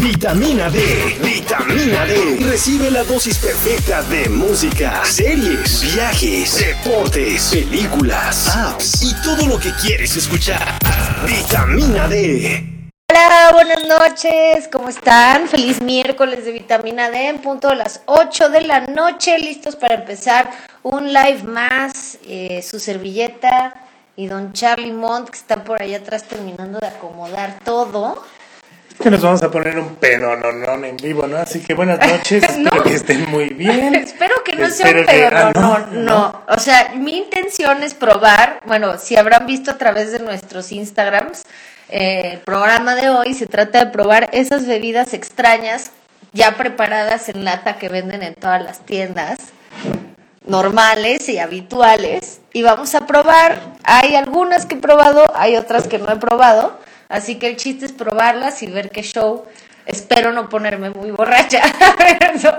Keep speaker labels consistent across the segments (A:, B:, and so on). A: Vitamina D. Vitamina D. Recibe la dosis perfecta de música, series, viajes, deportes, películas, apps y todo lo que quieres escuchar. Vitamina D.
B: Hola, buenas noches, ¿cómo están? Feliz miércoles de vitamina D en punto de las 8 de la noche, listos para empezar un live más, eh, su servilleta y don Charlie Mont que está por allá atrás terminando de acomodar todo.
C: que nos vamos a poner un pedo no, no en vivo, ¿no? Así que buenas noches,
B: No.
C: espero que estén muy bien.
B: Espero que no sea
C: Espero
B: un
C: que-
B: pedo,
C: ah,
B: no, no, O sea, mi intención es probar, bueno, si habrán visto a través de nuestros Instagrams, eh, el programa de hoy se trata de probar esas bebidas extrañas ya preparadas en lata que venden en todas las tiendas normales y habituales y vamos a probar. Hay algunas que he probado, hay otras que no he probado, así que el chiste es probarlas y ver qué show. Espero no ponerme muy borracha, eso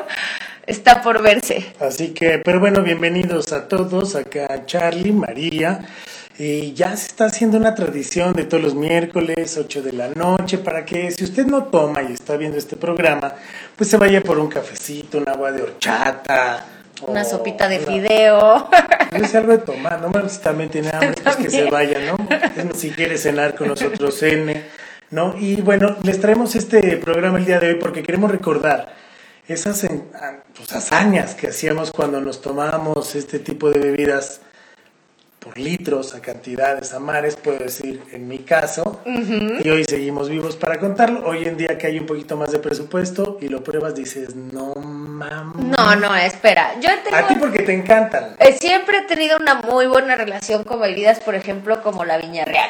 B: está por verse.
C: Así que, pero bueno, bienvenidos a todos, acá a Charlie, María. Y ya se está haciendo una tradición de todos los miércoles, 8 de la noche, para que si usted no toma y está viendo este programa, pues se vaya por un cafecito, un agua de horchata.
B: Una
C: o
B: sopita de
C: una-
B: fideo.
C: Es algo de tomar, no mames, también tiene hambre, pues que se
B: También.
C: vaya, ¿no? Es- Si quiere cenar con nosotros, cene, ¿no? Y bueno, les traemos este programa el día de hoy porque queremos recordar esas en- ah, pues, hazañas que hacíamos cuando nos tomábamos este tipo de bebidas por litros, a cantidades, a mares, puedo decir, en mi caso, y hoy seguimos vivos para contarlo. Hoy en día que hay un poquito más de presupuesto y lo pruebas, dices, no mames.
B: No, no, espera. Yo
C: A ti
B: tengo,
C: porque te encantan.
B: eh, siempre he tenido una muy buena relación con bebidas, por ejemplo, como la Viña Real.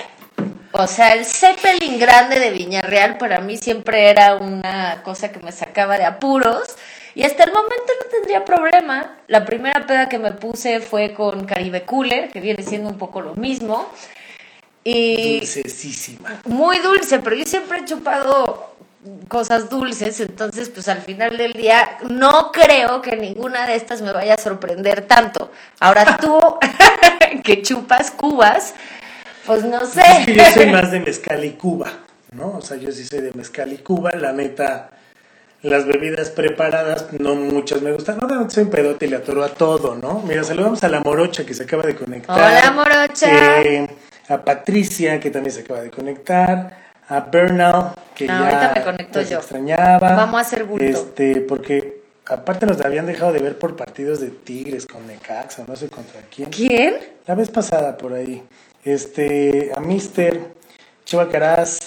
B: O sea, el Zeppelin grande de Viñarreal para mí siempre era una cosa que me sacaba de apuros. Y hasta el momento no tendría problema. La primera peda que me puse fue con Caribe Cooler, que viene siendo un poco lo mismo. Y
C: Dulcesísima.
B: muy dulce, pero yo siempre he chupado cosas dulces, entonces pues al final del día no creo que ninguna de estas me vaya a sorprender tanto. Ahora tú que chupas cubas, pues no sé.
C: Es que yo soy más de mezcal y Cuba, ¿no? O sea, yo sí soy de mezcal y Cuba, la neta. Las bebidas preparadas, no muchas me gustan. No, no, soy un pedote y le atoro a todo, ¿no? Mira, saludamos a la morocha que se acaba de conectar.
B: Hola, Morocha.
C: Eh, a Patricia, que también se acaba de conectar. A Bernal, que
B: No,
C: ya
B: Ah, ahorita me conecto
C: nos
B: yo.
C: extrañaba.
B: Vamos a hacer bulto.
C: Este, porque aparte nos habían dejado de ver por partidos de Tigres con Necaxa, no sé contra quién.
B: ¿Quién?
C: La vez pasada por ahí, este, a Mister, Cheva Caraz,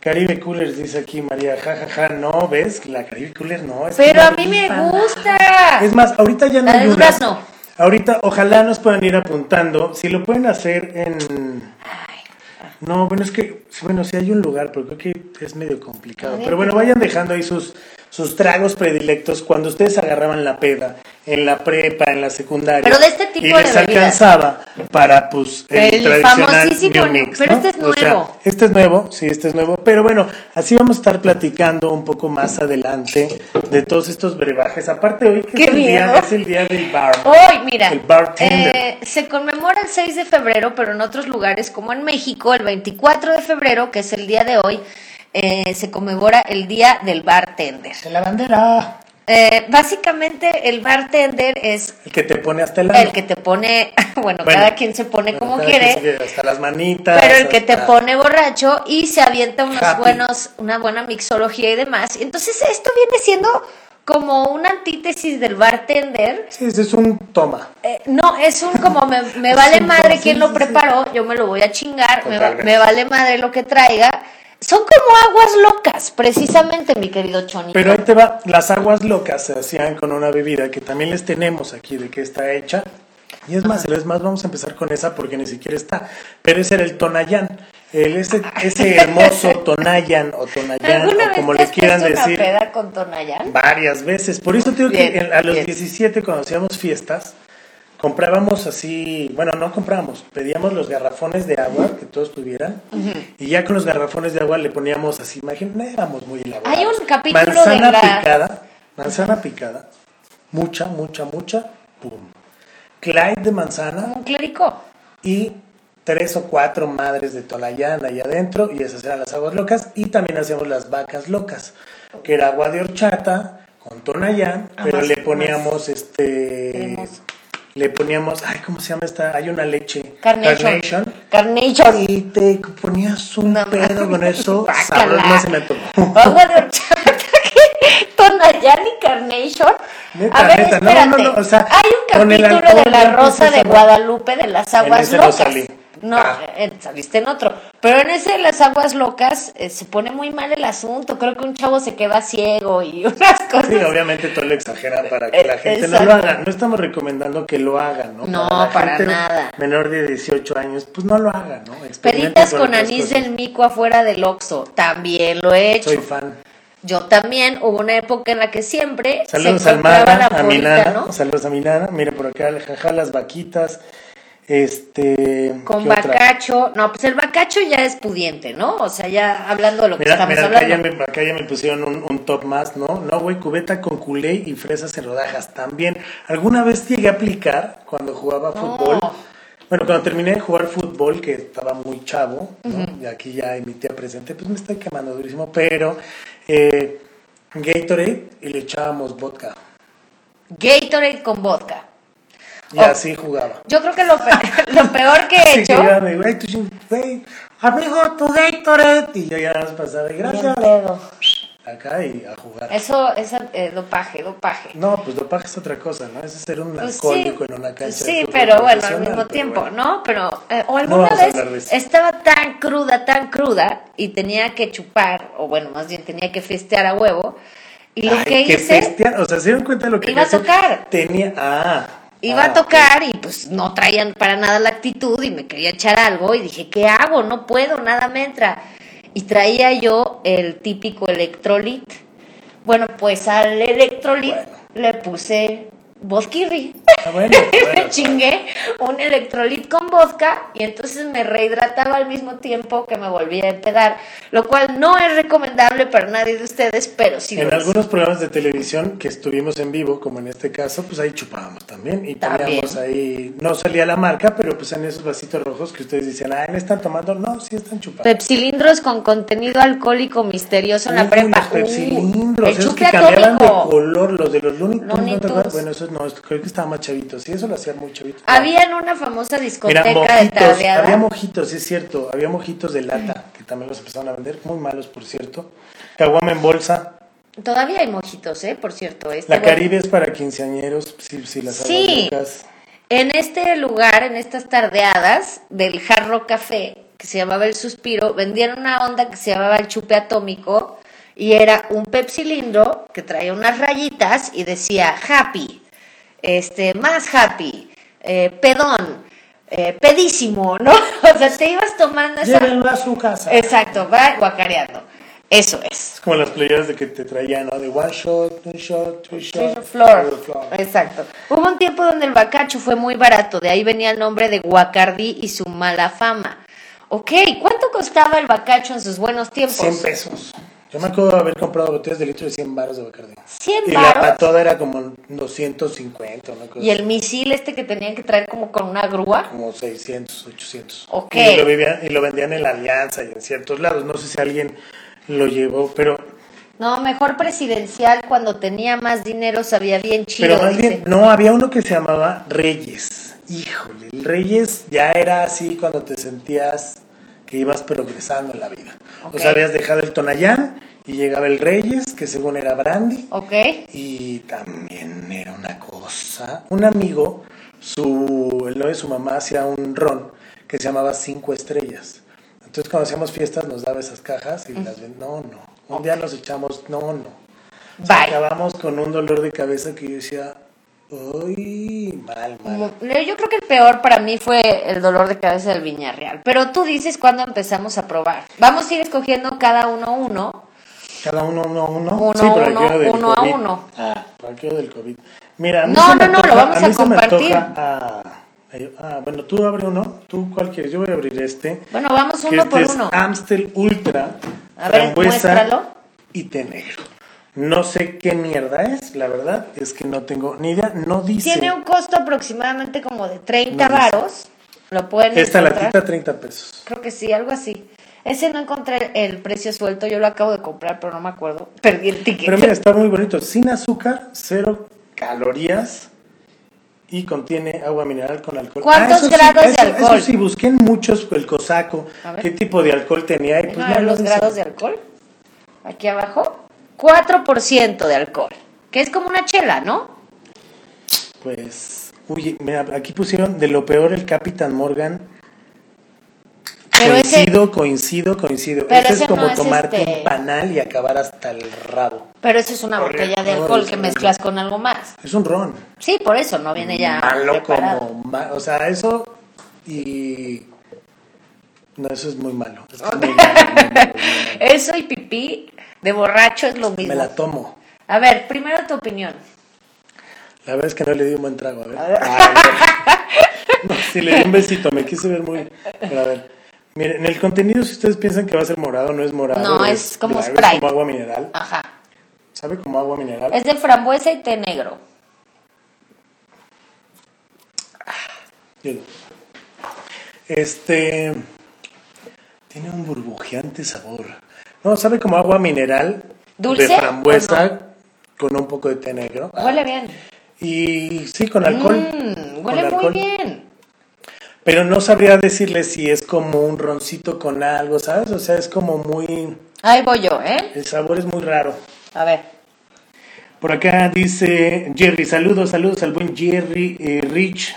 C: Caribe Cooler, dice aquí María, jajaja, no, ¿ves? La Caribe Cooler no. es que
B: Pero
C: no
B: a mí me
C: rifa.
B: gusta.
C: Es más, ahorita ya no
B: La de
C: hay unas.
B: durazno.
C: Ahorita, ojalá nos puedan ir apuntando. Si lo pueden hacer en. No, bueno, es que, bueno, si hay un lugar, pero creo que es medio complicado.
B: Ay,
C: Pero bueno, vayan dejando ahí sus, sus tragos predilectos cuando ustedes agarraban la peda, en la prepa, en la secundaria.
B: Pero de este tipo
C: y
B: de
C: les
B: bebidas.
C: alcanzaba para, pues, el,
B: El
C: tradicional
B: famosísimo
C: New Mix,
B: pero
C: ¿no?
B: este es
C: O sea,
B: nuevo.
C: este es nuevo, sí, este es nuevo. Pero bueno, así vamos a estar platicando un poco más adelante de todos estos brebajes. Aparte, hoy que
B: ¡Qué
C: es, el día,
B: miedo! Oh.
C: es el día del bar.
B: Hoy, mira,
C: El bartender.
B: eh, se conmemora el 6 de febrero, pero en otros lugares como en México, el 24 de febrero, que es el día de hoy, eh, se conmemora el Día del Bartender.
C: De la bandera.
B: Eh, básicamente el bartender es
C: El que te pone hasta el ano.
B: el que te pone, bueno,
C: Bueno,
B: cada quien se pone
C: bueno,
B: como
C: cada
B: quiere,
C: quien se quiere, Hasta las manitas.
B: pero el que te
C: hasta-
B: pone borracho y se avienta unos
C: Happy.
B: buenos, una buena mixología y demás. Entonces esto viene siendo como una antítesis del bartender.
C: Sí, ese es un toma.
B: Eh, no, es un como me, me vale
C: un
B: madre
C: consenso,
B: quién lo
C: sí.
B: preparó, yo me lo voy a chingar, me, va-
C: Totalmente.
B: me vale madre lo que traiga. Son como aguas locas, precisamente, mi querido Choni.
C: Pero ahí te va. Las aguas locas se hacían con una bebida que también les tenemos aquí de que está hecha. Y es más, es más, vamos a empezar con esa porque ni siquiera está. Pero ese era el Tonayán. El, ese, ese hermoso Tonayán o Tonayán,
B: ¿Alguna
C: o
B: vez
C: como
B: te
C: le
B: has
C: quieran
B: puesto
C: decir.
B: una peda con Tonayán?
C: Varias veces. Por eso te digo
B: Bien,
C: que en- a los
B: bien.
C: 17 cuando hacíamos fiestas, comprábamos así, bueno, no comprábamos, pedíamos los garrafones de agua que todos tuvieran y ya con los garrafones de agua le poníamos así, imagínate, éramos muy elaborados.
B: Hay un capítulo de
C: manzana
B: la-
C: picada, manzana picada, mucha, mucha, mucha, pum. Clyde de manzana
B: Como un clérigo.
C: y tres o cuatro madres de Tonayán allá adentro y esas eran las aguas locas y también hacíamos las vacas locas, que era agua de horchata con Tonayán,
B: Ah,
C: pero
B: más-
C: le poníamos
B: más
C: este
B: cremoso.
C: le poníamos, ay, ¿cómo se llama esta? Hay una leche
B: Carnation. Carnation.
C: y te ponías un
B: No,
C: pedo con
B: mames.
C: eso,
B: Guácala.
C: sabroso, no se me antojó.
B: Agua de horchata. ¿qué? Tonayán y Carnation.
C: Neta,
B: a ver,
C: neta, no,
B: espérate.
C: no, no, o sea,
B: Hay un
C: con el
B: capítulo
C: alcohol
B: de La
C: ya
B: Rosa
C: empiezas
B: de
C: a-
B: Guadalupe de las aguas
C: ese no
B: locas.
C: salí.
B: No,
C: Ah.
B: eh, saliste en otro. Pero en ese de las aguas locas eh, se pone muy mal el asunto. Creo que un chavo se queda ciego y unas cosas.
C: Sí, obviamente todo lo exagera para que
B: Eh,
C: la gente no
B: exacto.
C: lo haga. No estamos recomendando que lo hagan, ¿no?
B: No,
C: la
B: para
C: gente
B: nada.
C: Menor de 18 años, pues no lo hagan, ¿no? Experimenten
B: Peditas con
C: otras
B: anís
C: cosas.
B: del mico afuera del Oxxo. También lo he hecho.
C: Soy fan.
B: Yo también. Hubo una época en la que siempre
C: Saludos
B: se
C: a
B: compraba
C: Almada,
B: la
C: a
B: bolita,
C: Milana.
B: ¿no?
C: Saludos a Milana. Mira por acá, jaja, las vaquitas. Este.
B: Con
C: ¿qué otra?
B: bacacho. No, pues el bacacho ya es pudiente, ¿no? O sea, ya hablando de lo que
C: Mira,
B: estamos
C: mira, acá, ya
B: hablando.
C: me, acá ya me pusieron un, un top más, ¿no? No, güey, cubeta con culé y fresas en rodajas también. Alguna vez llegué a aplicar cuando jugaba fútbol. Bueno, cuando terminé de jugar fútbol, que estaba muy chavo, ¿no? y aquí ya emitía presente, pues me estoy quemando durísimo, pero eh, Gatorade y le echábamos vodka.
B: Gatorade con vodka.
C: Y
B: Oh.
C: así jugaba.
B: Yo creo que lo pe- lo peor, que he
C: Así que
B: hecho.
C: yo de, güey, tú ching- güey, amigo, tu Gatorade. Y yo ya nada más pasaba, de,
B: Bien
C: gracias.
B: pedo.
C: Acá y a jugar.
B: Eso es eh, dopaje, dopaje.
C: No, pues dopaje es otra cosa, ¿no? Ese es ser un
B: Pues
C: alcohólico en una cancha. de
B: sí,
C: fútbol
B: pero bueno, al
C: profesional,
B: mismo
C: pero
B: tiempo,
C: bueno.
B: ¿no? Pero, eh, o alguna
C: vamos a
B: vez
C: hablar de eso.
B: estaba tan cruda, tan cruda, y tenía que chupar, o bueno, más bien tenía que festear a huevo, y lo
C: Ay,
B: que
C: qué
B: hice,
C: bestia, O sea, ¿se dieron cuenta de lo que
B: Iba a
C: hice?
B: tocar.
C: Tenía. Ah.
B: iba
C: ah,
B: a tocar y pues no traían para nada la actitud y me quería echar algo y dije, ¿qué hago? No puedo, nada me entra. Y traía yo el típico electrolit. Bueno, pues al electrolit
C: Bueno.
B: le puse vodkirri.
C: Ah, bueno, bueno.
B: me chingué un electrolit con vodka y entonces me rehidrataba al mismo tiempo que me volvía a empedar, lo cual no es recomendable para nadie de ustedes, pero sí lo
C: En
B: hice.
C: algunos programas de televisión que estuvimos en vivo, como en este caso, pues ahí chupábamos también y
B: También.
C: poníamos ahí, no salía la marca, pero pues en esos vasitos rojos que ustedes dicen, ah, ¿me están tomando? No, sí están chupando.
B: Pepsilindros con contenido alcoholico misterioso en la
C: Uy,
B: prepa.
C: Los pepsilindros,
B: Uh, el
C: esos
B: chupe
C: que cambiaban de
B: atómico.
C: color, los de los Looney Tunes,
B: Looney
C: ¿no te
B: Tunes.
C: acuerdas? Bueno, esos no, esto- creo que estaban más chavitos, sí, eso lo hacían muy chavitos.
B: Había en una famosa
C: Mira,
B: discoteca de
C: mojitos,
B: tardeada.
C: había mojitos, sí es cierto, había mojitos de lata, que también los empezaron a vender, muy malos por cierto. Caguama en bolsa,
B: Todavía hay mojitos, ¿eh? Por cierto. Este
C: la
B: güey-
C: Caribe es para quinceañeros, sí, sí, las
B: Sí.
C: aguas locas.
B: En este lugar, en estas tardeadas del Jarro Café, que se llamaba El Suspiro, vendían una onda que se llamaba el chupe atómico y era un pepsilindro que traía unas rayitas y decía happy, este, más happy, eh, pedón, eh, pedísimo, ¿no? O sea, te ibas tomando esa...
C: Llévenlo a su casa. Es
B: Exacto, va guacareando. Eso es.
C: como las playeras de que te traían, ¿no? De one shot, two shot, two shot,
B: Treasure Floor.
C: third floor.
B: Exacto. Hubo un tiempo donde el bacacho fue muy barato, de ahí venía el nombre de Guacardí y su mala fama. Ok, ¿cuánto costaba el bacacho en sus buenos tiempos?
C: 100 pesos. Yo me acuerdo de haber comprado botellas de litro de 100 baros de Bacardi.
B: 100
C: Y la
B: varos.
C: patada era como 250, una cosa
B: Y el
C: así,
B: misil este que tenían que traer como con una grúa.
C: como 600, 800.
B: Ok.
C: Y lo, vivían- y lo vendían en la Alianza y en ciertos lados. No sé si alguien lo llevó, pero,
B: No, mejor presidencial cuando tenía más dinero sabía bien chido.
C: pero más
B: dice.
C: bien, no, había uno que se llamaba Reyes. Híjole, el Reyes ya era así cuando te sentías que ibas progresando en la vida.
B: Ok.
C: O sea, habías dejado el Tonayán y llegaba el Reyes, que según era Brandy.
B: Ok.
C: Y también era una cosa. Un amigo, su, el novio de su mamá hacía un ron que se llamaba Cinco Estrellas. Entonces cuando hacíamos fiestas nos daba esas cajas y las ven- no, no. Un día nos echamos, no, no.
B: Bye.
C: Acabamos con un dolor de cabeza que yo decía, uy, mal, mal.
B: No, Yo creo que el peor para mí fue el dolor de cabeza del Viñarreal. Pero tú dices cuándo empezamos a probar. Vamos a ir escogiendo cada uno uno.
C: Cada uno, uno, uno.
B: Uno,
C: por
B: uno,
C: aquello del
B: uno a
C: COVID.
B: uno.
C: Ah, por aquello del COVID. Mira, a mí
B: No,
C: se me
B: no, no, lo
C: antoja-
B: vamos
C: mí
B: a
C: se me
B: compartir.
C: antoja- ah, eh, ah, bueno, tú abre uno, tú cuál quieres, yo voy a abrir este.
B: Bueno, vamos
C: que
B: uno por
C: este es
B: uno.
C: Amstel Ultra,
B: A ver, muéstralo.
C: y té negro. No sé qué mierda es, la verdad es que no tengo ni idea. No dice.
B: Tiene un costo aproximadamente como de 30
C: No dice.
B: varos. Lo pueden
C: Esta
B: encontrar.
C: latita 30 pesos.
B: Creo que sí, algo así. Ese no encontré el precio suelto, yo lo acabo de comprar, pero no me acuerdo. Perdí el ticket.
C: Pero mira, está muy bonito. Sin azúcar, cero calorías y contiene agua mineral con alcohol. Ah,
B: ¿Cuántos
C: eso sí,
B: grados de
C: eso-
B: alcohol?
C: Eso sí, busqué en muchos el cosaco,
B: A ver.
C: qué tipo de alcohol tenía. Y pues
B: Deja
C: no,
B: ver
C: no
B: los
C: dice.
B: grados de alcohol. Aquí abajo, 4% de alcohol, que es como una chela, ¿no?
C: Pues, uy, mira, aquí pusieron de lo peor el Capitán Morgan.
B: Pero ese,
C: coincido, coincido, coincido.
B: Pero
C: Ese
B: ese
C: es como
B: no es
C: tomarte
B: este.
C: un panal y acabar hasta el rabo.
B: pero eso es una botella de
C: No,
B: alcohol
C: es
B: que
C: un-
B: mezclas con algo más.
C: Es un ron.
B: Sí, por eso no viene ya
C: malo
B: Ah, preparado.
C: como ma- o sea eso y no eso es muy malo, Es muy malo, muy malo.
B: Eso y pipí de borracho es lo
C: me
B: mismo.
C: la tomo
B: A ver, primero tu opinión.
C: la verdad es que no le di un buen trago a ver,
B: A ver.
C: Ay, no. No, sí le di un besito me quise ver muy pero a ver miren el contenido si ustedes piensan que va a ser morado no es morado
B: No, es como
C: claro,
B: Sprite.
C: como agua mineral
B: Ajá.
C: sabe como agua mineral
B: Es de frambuesa y té negro.
C: Yo- Este. Tiene un burbujeante sabor. No, sabe como agua mineral.
B: ¿Dulce
C: De frambuesa. Con un poco de té negro.
B: Huele bien.
C: Y sí, con alcohol.
B: Mm,
C: Ah. con
B: huele muy
C: alcohol.
B: bien.
C: Pero no sabría decirle si es como un roncito con algo, ¿sabes? O sea, es como muy.
B: Ahí voy yo, ¿eh?
C: El sabor es muy raro.
B: A ver.
C: Por acá dice Jerry, saludos, saludos al buen Jerry eh, Rich.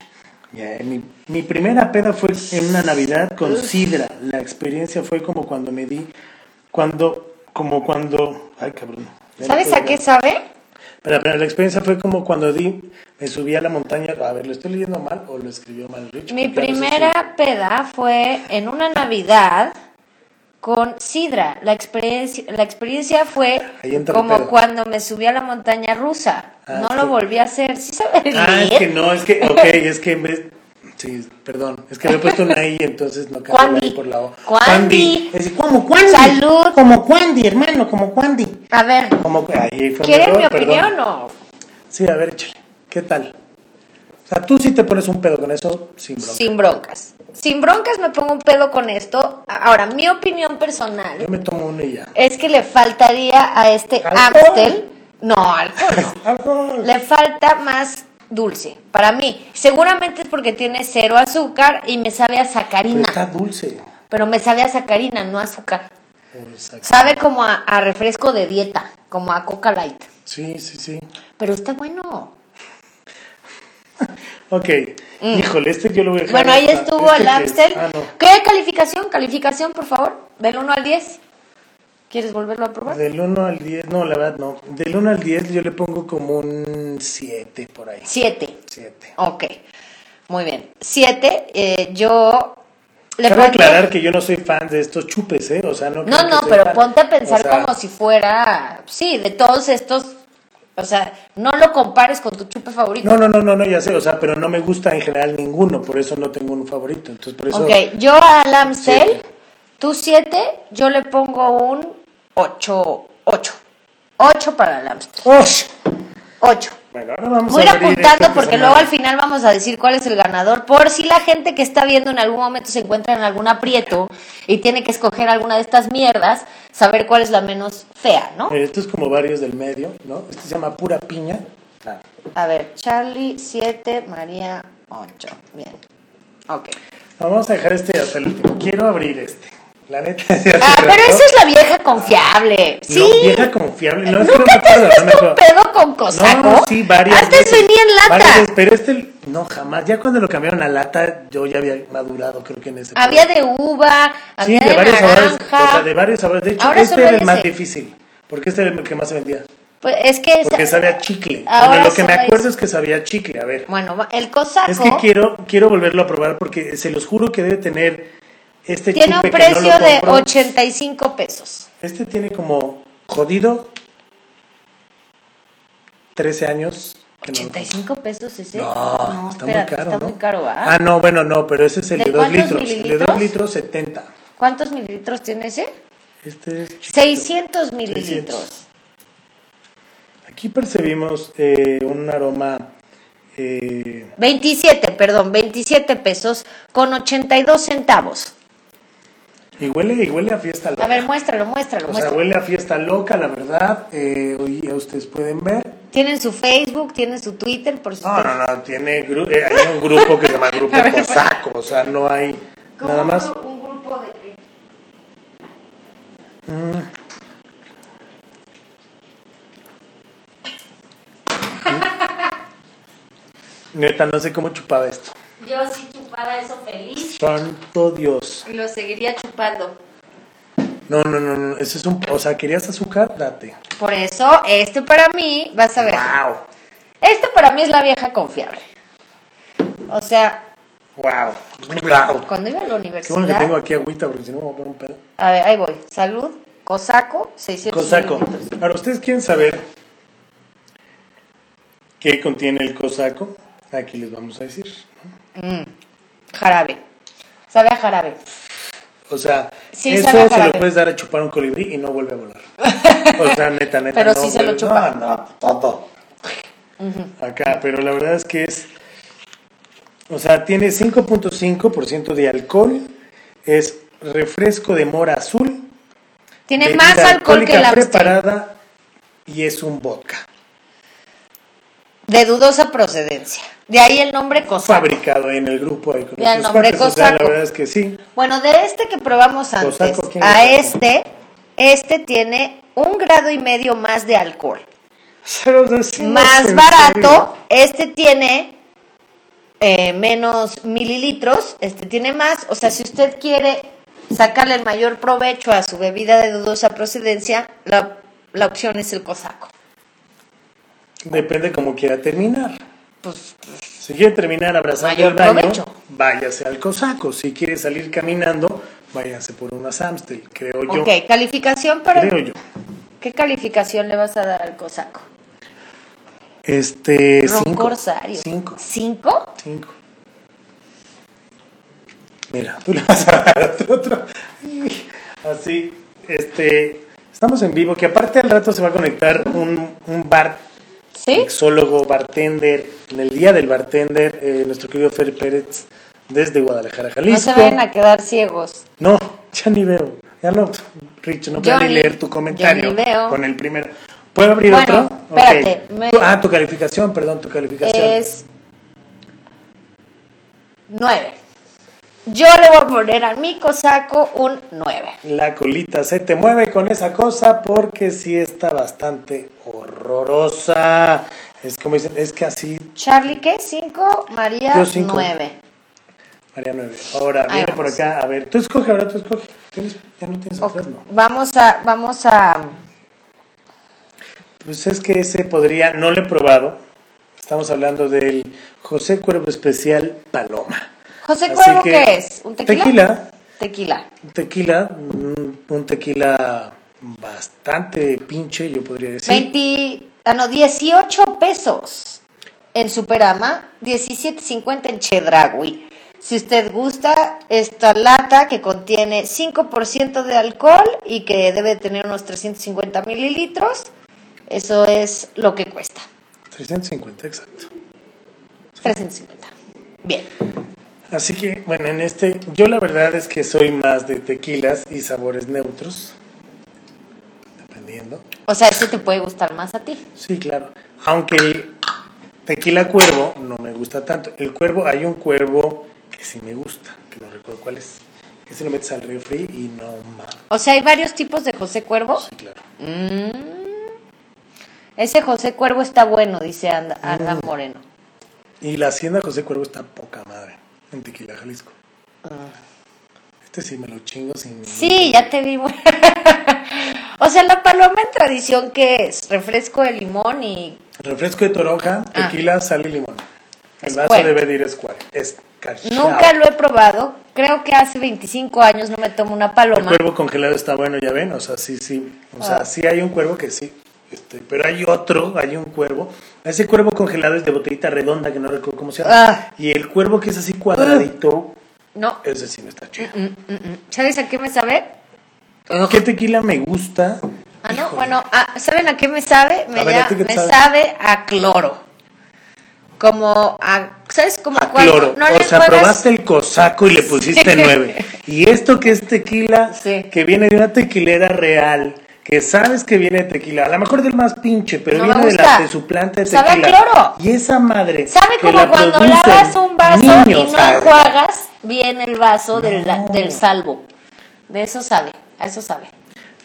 C: Ya, eh, mi, mi primera peda fue en una Navidad con Sidra. La experiencia fue como cuando me di, cuando, como cuando, ay cabrón. Ya no
B: ¿Sabes
C: puedo
B: a qué
C: leer.
B: sabe?
C: Pero, pero la experiencia fue como cuando di, me subí a la montaña. A ver, ¿lo estoy leyendo mal o lo escribió mal Rich?
B: Mi
C: Porque a veces sí.
B: primera peda fue en una Navidad con Sidra. La experiencia, la experiencia fue
C: Ahí entra el
B: como
C: pedo.
B: cuando me subí a la montaña rusa.
C: Ah,
B: no
C: sí.
B: lo volví a hacer. ¿Sí sabes
C: Ah, es
B: leer?
C: que no, es que, ok, es que en vez. Sí, perdón, es que le he puesto una I, entonces no cambio la I
B: Cuandi.
C: por la O.
B: Cuandi.
C: Es como Cuandi.
B: Salud.
C: Como Cuandi, hermano, como Cuandi.
B: A ver,
C: Como, ahí fue un
B: ¿quieren mi
C: error, perdón.
B: opinión o?
C: Sí, a ver, échale, ¿qué tal? O sea, tú sí te pones un pedo con eso, sin broma.
B: Sin broncas. Sin broncas me pongo un pedo con esto. Ahora, mi opinión personal
C: Yo me tomo una y ya.
B: es que le faltaría a este
C: ¿Alcohol?
B: Amstel. No, alcohol no.
C: Alcohol.
B: Le falta más dulce, para mí. Seguramente es porque tiene cero azúcar y me sabe a
C: Pero
B: sacarina.
C: está dulce.
B: Pero me sabe a sacarina, no a azúcar.
C: Exacto.
B: Sabe como a, a refresco de dieta, como a Coca Light.
C: Sí, sí, sí.
B: Pero está bueno.
C: Ok. Híjole, este yo lo voy a dejar.
B: Mm. Bueno, ahí
C: hasta-
B: estuvo
C: este
B: el
C: que es-
B: Amstel.
C: Ah,
B: ¿Qué calificación? Calificación, por favor. Del 1 al 10. ¿Quieres volverlo a
C: no.
B: probar?
C: Del 1 al 10, no, la verdad no. Del 1 al 10 yo le pongo como un 7 por ahí.
B: 7.
C: 7.
B: Ok. Muy bien. 7. yo le
C: Cabe
B: pondría-
C: aclarar que yo no soy fan de estos chupes, ¿eh? O sea, no. creo
B: No,
C: que
B: no,
C: sea
B: pero
C: fan.
B: ponte a pensar
C: O sea,
B: como si fuera, sí, de todos estos, o sea, no lo compares con tu chupe favorito.
C: No, no, no, no, no, ya sé, o sea, pero no me gusta en general ninguno, por eso no tengo un favorito. Entonces, por eso.
B: ok, yo al Amstel,
C: Siete.
B: tú siete, yo le pongo un ocho, ocho. Ocho para el Amstel,
C: ¡Osh!
B: ocho.
C: Bueno, ahora vamos
B: Voy a ir
C: abrir este
B: apuntando
C: esta
B: porque
C: semana.
B: luego al final vamos a decir cuál es el ganador, por si la gente que está viendo en algún momento se encuentra en algún aprieto y tiene que escoger alguna de estas mierdas, saber cuál es la menos fea, ¿no?
C: Mira, esto es como varios del medio, ¿no? Este se llama pura piña.
B: A ver, Charlie 7, María 8. Bien. Ok.
C: No, vamos a dejar este hasta el último. Quiero abrir este. La neta. se hace
B: Ah, pero
C: rato.
B: esa es la vieja confiable. Sí.
C: No, vieja confiable. No, es que no
B: ¿Nunca
C: me
B: te has
C: acuerdo, no me
B: puesto un
C: acuerdo.
B: pedo con cosaco?
C: No, sí, varias.
B: Antes
C: veces.
B: venía en lata.
C: Varias veces, pero este, no, jamás. Ya cuando lo cambiaron a lata, yo ya había madurado, creo que en ese.
B: Había de uva,
C: Sí,
B: había
C: de
B: de,
C: varios sabores.
B: naranja.
C: O sea, de varios sabores. De hecho,
B: Ahora
C: este
B: solo
C: era
B: hay
C: el más
B: ese.
C: difícil. Porque este era el que más se vendía.
B: Pues es que esa-
C: Porque sabía a chicle.
B: Ahora
C: Bueno, lo que me
B: solo hay-
C: acuerdo es que sabía a chicle. A ver.
B: Bueno, va- el cosaco
C: Es que quiero, quiero volverlo a probar porque se los juro que debe tener este
B: tiene
C: chupe
B: un
C: que no lo
B: precio de
C: compro.
B: 85 pesos.
C: Este tiene como jodido 13 años. que no lo compro.
B: 85 pesos ese.
C: No, está
B: espérate,
C: muy caro,
B: Está
C: ¿no?
B: muy caro, ¿va?
C: Ah, no, bueno, no, pero ese es el
B: ¿De
C: de 2
B: cuántos
C: litros. El de 2
B: mililitros?
C: litros, 70.
B: ¿Cuántos mililitros tiene ese?
C: Este es chiquito.
B: 600 mililitros.
C: Aquí percibimos eh, un aroma eh,
B: 27, perdón, 27 pesos con 82 centavos.
C: y huele, y huele a fiesta loca.
B: A ver, muéstralo, muéstralo,
C: o sea,
B: muéstralo.
C: huele a fiesta loca, la verdad. Eh, hoy ya ustedes pueden ver.
B: Tienen su Facebook, tienen su Twitter, por si
C: No, no, no, tiene gru- eh, hay un grupo que se llama Grupo
B: A ver, pues.
C: Cosaco, o sea, no hay nada más.
B: Un grupo de...
C: Neta, no sé cómo chupaba esto.
B: Yo sí chupaba eso feliz
C: Santo Dios.
B: y lo seguiría chupando.
C: No, no, no, no, eso es un... O sea, ¿querías azúcar? Date.
B: Por eso, este para mí, vas a ver,
C: ¡Wow!
B: este para mí es la vieja confiable. O sea,
C: ¡Wow! ¡Wow!
B: cuando iba a la
C: Qué bueno que tengo
B: universidad...
C: aquí agüita porque si no me voy a poner un pedo.
B: A ver, ahí voy. Salud, Cosaco, 600
C: Cosaco.
B: mililitros.
C: Ahora, ¿ustedes quieren saber qué contiene el cosaco? Aquí les vamos a decir.
B: Jarabe. Sabe a jarabe.
C: O sea,
B: Sí,
C: eso
B: sabe a
C: se lo
B: jarabe.
C: puedes dar a chupar a un colibrí y no vuelve a volar. O sea, neta, neta.
B: Pero
C: no
B: sí se lo
C: vuelve-
B: chupa.
C: No, no, todo. Acá, pero la verdad es que es. O sea, tiene 5.5% de alcohol. Es refresco de mora azul.
B: Tiene
C: bebida
B: más alcohol que
C: alcohólica
B: la
C: preparada y es un vodka.
B: De dudosa procedencia. De ahí el nombre Cosaco.
C: fabricado en el grupo de con
B: Ya,
C: otros
B: nombre
C: cuates, o sea, la
B: Cosaco.
C: verdad es que sí.
B: Bueno, de este que probamos antes
C: Cosaco, ¿quién
B: a
C: es?
B: este, este tiene un grado y medio más de alcohol.
C: Pero, o sea, sí, no sé,
B: más
C: en
B: barato, este tiene eh, menos mililitros, este tiene más. O sea, si usted quiere sacarle el mayor provecho a su bebida de dudosa procedencia, la, la opción es el cosaco.
C: serio, Depende como quiera terminar.
B: Pues,
C: Si quiere terminar abrazando
B: Mayor
C: el baño,
B: provecho.
C: váyase al cosaco. Si quiere salir caminando, váyase por unas Amstel, creo yo.
B: ok, calificación para...
C: Creo yo.
B: ¿Qué calificación le vas a dar al cosaco?
C: Este,
B: Ron
C: cinco.
B: Corsario.
C: Cinco.
B: ¿Cinco?
C: Cinco. Mira, tú le vas a dar otro, otro. Así, este, estamos en vivo, que aparte al rato se va a conectar un, un bar
B: ¿Sí?
C: exólogo, bartender, en el día del bartender, eh, nuestro querido Fer Pérez desde Guadalajara,
B: No
C: Jalisco.
B: se vayan a quedar ciegos.
C: No, ya ni veo. Ya no, Rich, no puedo ni
B: Johnny,
C: leer tu comentario
B: yo ni veo.
C: con el primero. ¿Puedo abrir
B: Bueno,
C: otro? Ok.
B: espérate, me- Eh,
C: Tu- Ah, tu calificación, perdón, tu calificación.
B: Es nueve. Yo le voy a poner a mi cosaco un nueve.
C: La colita se te mueve con esa cosa porque sí está bastante horrorosa. Es como dicen, es que así,
B: Charlie, ¿qué? ¿Cinco? María,
C: Yo cinco.
B: nueve.
C: María 9. Ahora,
B: Ahí
C: viene por
B: vamos.
C: acá. A ver, tú escoge, ahora tú escoge. Tienes- ya no tienes
B: Ok,
C: alterno.
B: Vamos a, vamos a...
C: Pues es que ese podría, no lo he probado. Estamos hablando del José Cuervo Especial Paloma.
B: José
C: Así
B: Cuervo,
C: que-
B: ¿qué es? ¿Un tequila?
C: Tequila.
B: Tequila.
C: Un tequila, mm, un tequila bastante pinche, yo podría decir.
B: 20, ah, no, 18 pesos en Superama, 17.50 en Chedragui. Si usted gusta esta lata que contiene 5% de alcohol y que debe tener unos 350 mililitros, eso es lo que cuesta,
C: 350, exacto.
B: 350. Bien,
C: Así que, bueno, en este, yo la verdad es que soy más de tequilas y sabores neutros. Dependiendo.
B: o sea, eso te puede gustar más a ti.
C: Sí, claro. Aunque el tequila cuervo no me gusta tanto. El cuervo, hay un cuervo que sí me gusta, que no recuerdo cuál es. Que se lo metes al refri y no mames.
B: O sea, hay varios tipos de José Cuervo.
C: Sí, claro.
B: Ese José Cuervo está bueno, dice Ana, Ana Moreno.
C: Y la hacienda José Cuervo está poca madre en Tequila, Jalisco. Este sí me lo chingo sin.
B: Sí, ya te vi. o sea, la paloma en tradición que es refresco de limón y
C: Refresco de toronja,
B: Ah.
C: tequila, sal y limón. El vaso
B: Squirt.
C: debe de ir square. Es Ah, cachao.
B: nunca lo he probado. Creo que hace 25 años no me tomo una
C: El
B: paloma.
C: cuervo congelado está bueno, ya ven, o sea, sí, sí, o
B: Ah.
C: sea, sí hay un cuervo que sí, este, pero hay otro, hay un cuervo, ese cuervo congelado es de botellita redonda, que no recuerdo cómo se llama,
B: Ah.
C: y el cuervo que es así cuadradito,
B: No,
C: ese sí no está chido.
B: Mm, ¿sabes a qué me sabe?
C: Ah, ¿Qué tequila me gusta?
B: mm. Ah, no,
C: Híjole.
B: bueno, ah, ¿saben a qué me sabe? Me,
C: A ver, ¿a
B: da-
C: ti qué
B: me
C: te sabe?
B: sabe a cloro. como a, ¿sabes? Como
C: A
B: cuando
C: cloro.
B: no
C: Ah, o
B: le
C: sea,
B: juegas-
C: probaste el cosaco y le pusiste
B: Sí.
C: nueve. Y esto que es tequila,
B: Sí.
C: que viene de una tequilera real, que sabes que viene de tequila, a lo mejor del más pinche, pero
B: No me
C: viene de, la,
B: gusta.
C: de su planta de
B: Sabe a
C: tequila.
B: cloro.
C: Y esa madre.
B: ¿Sabe
C: que
B: como
C: la
B: cuando
C: producen
B: lavas un vaso
C: niños,
B: y no
C: ¿sabe?
B: enjuagas bien el vaso del, la- del salvo? De eso sabe, a eso sabe.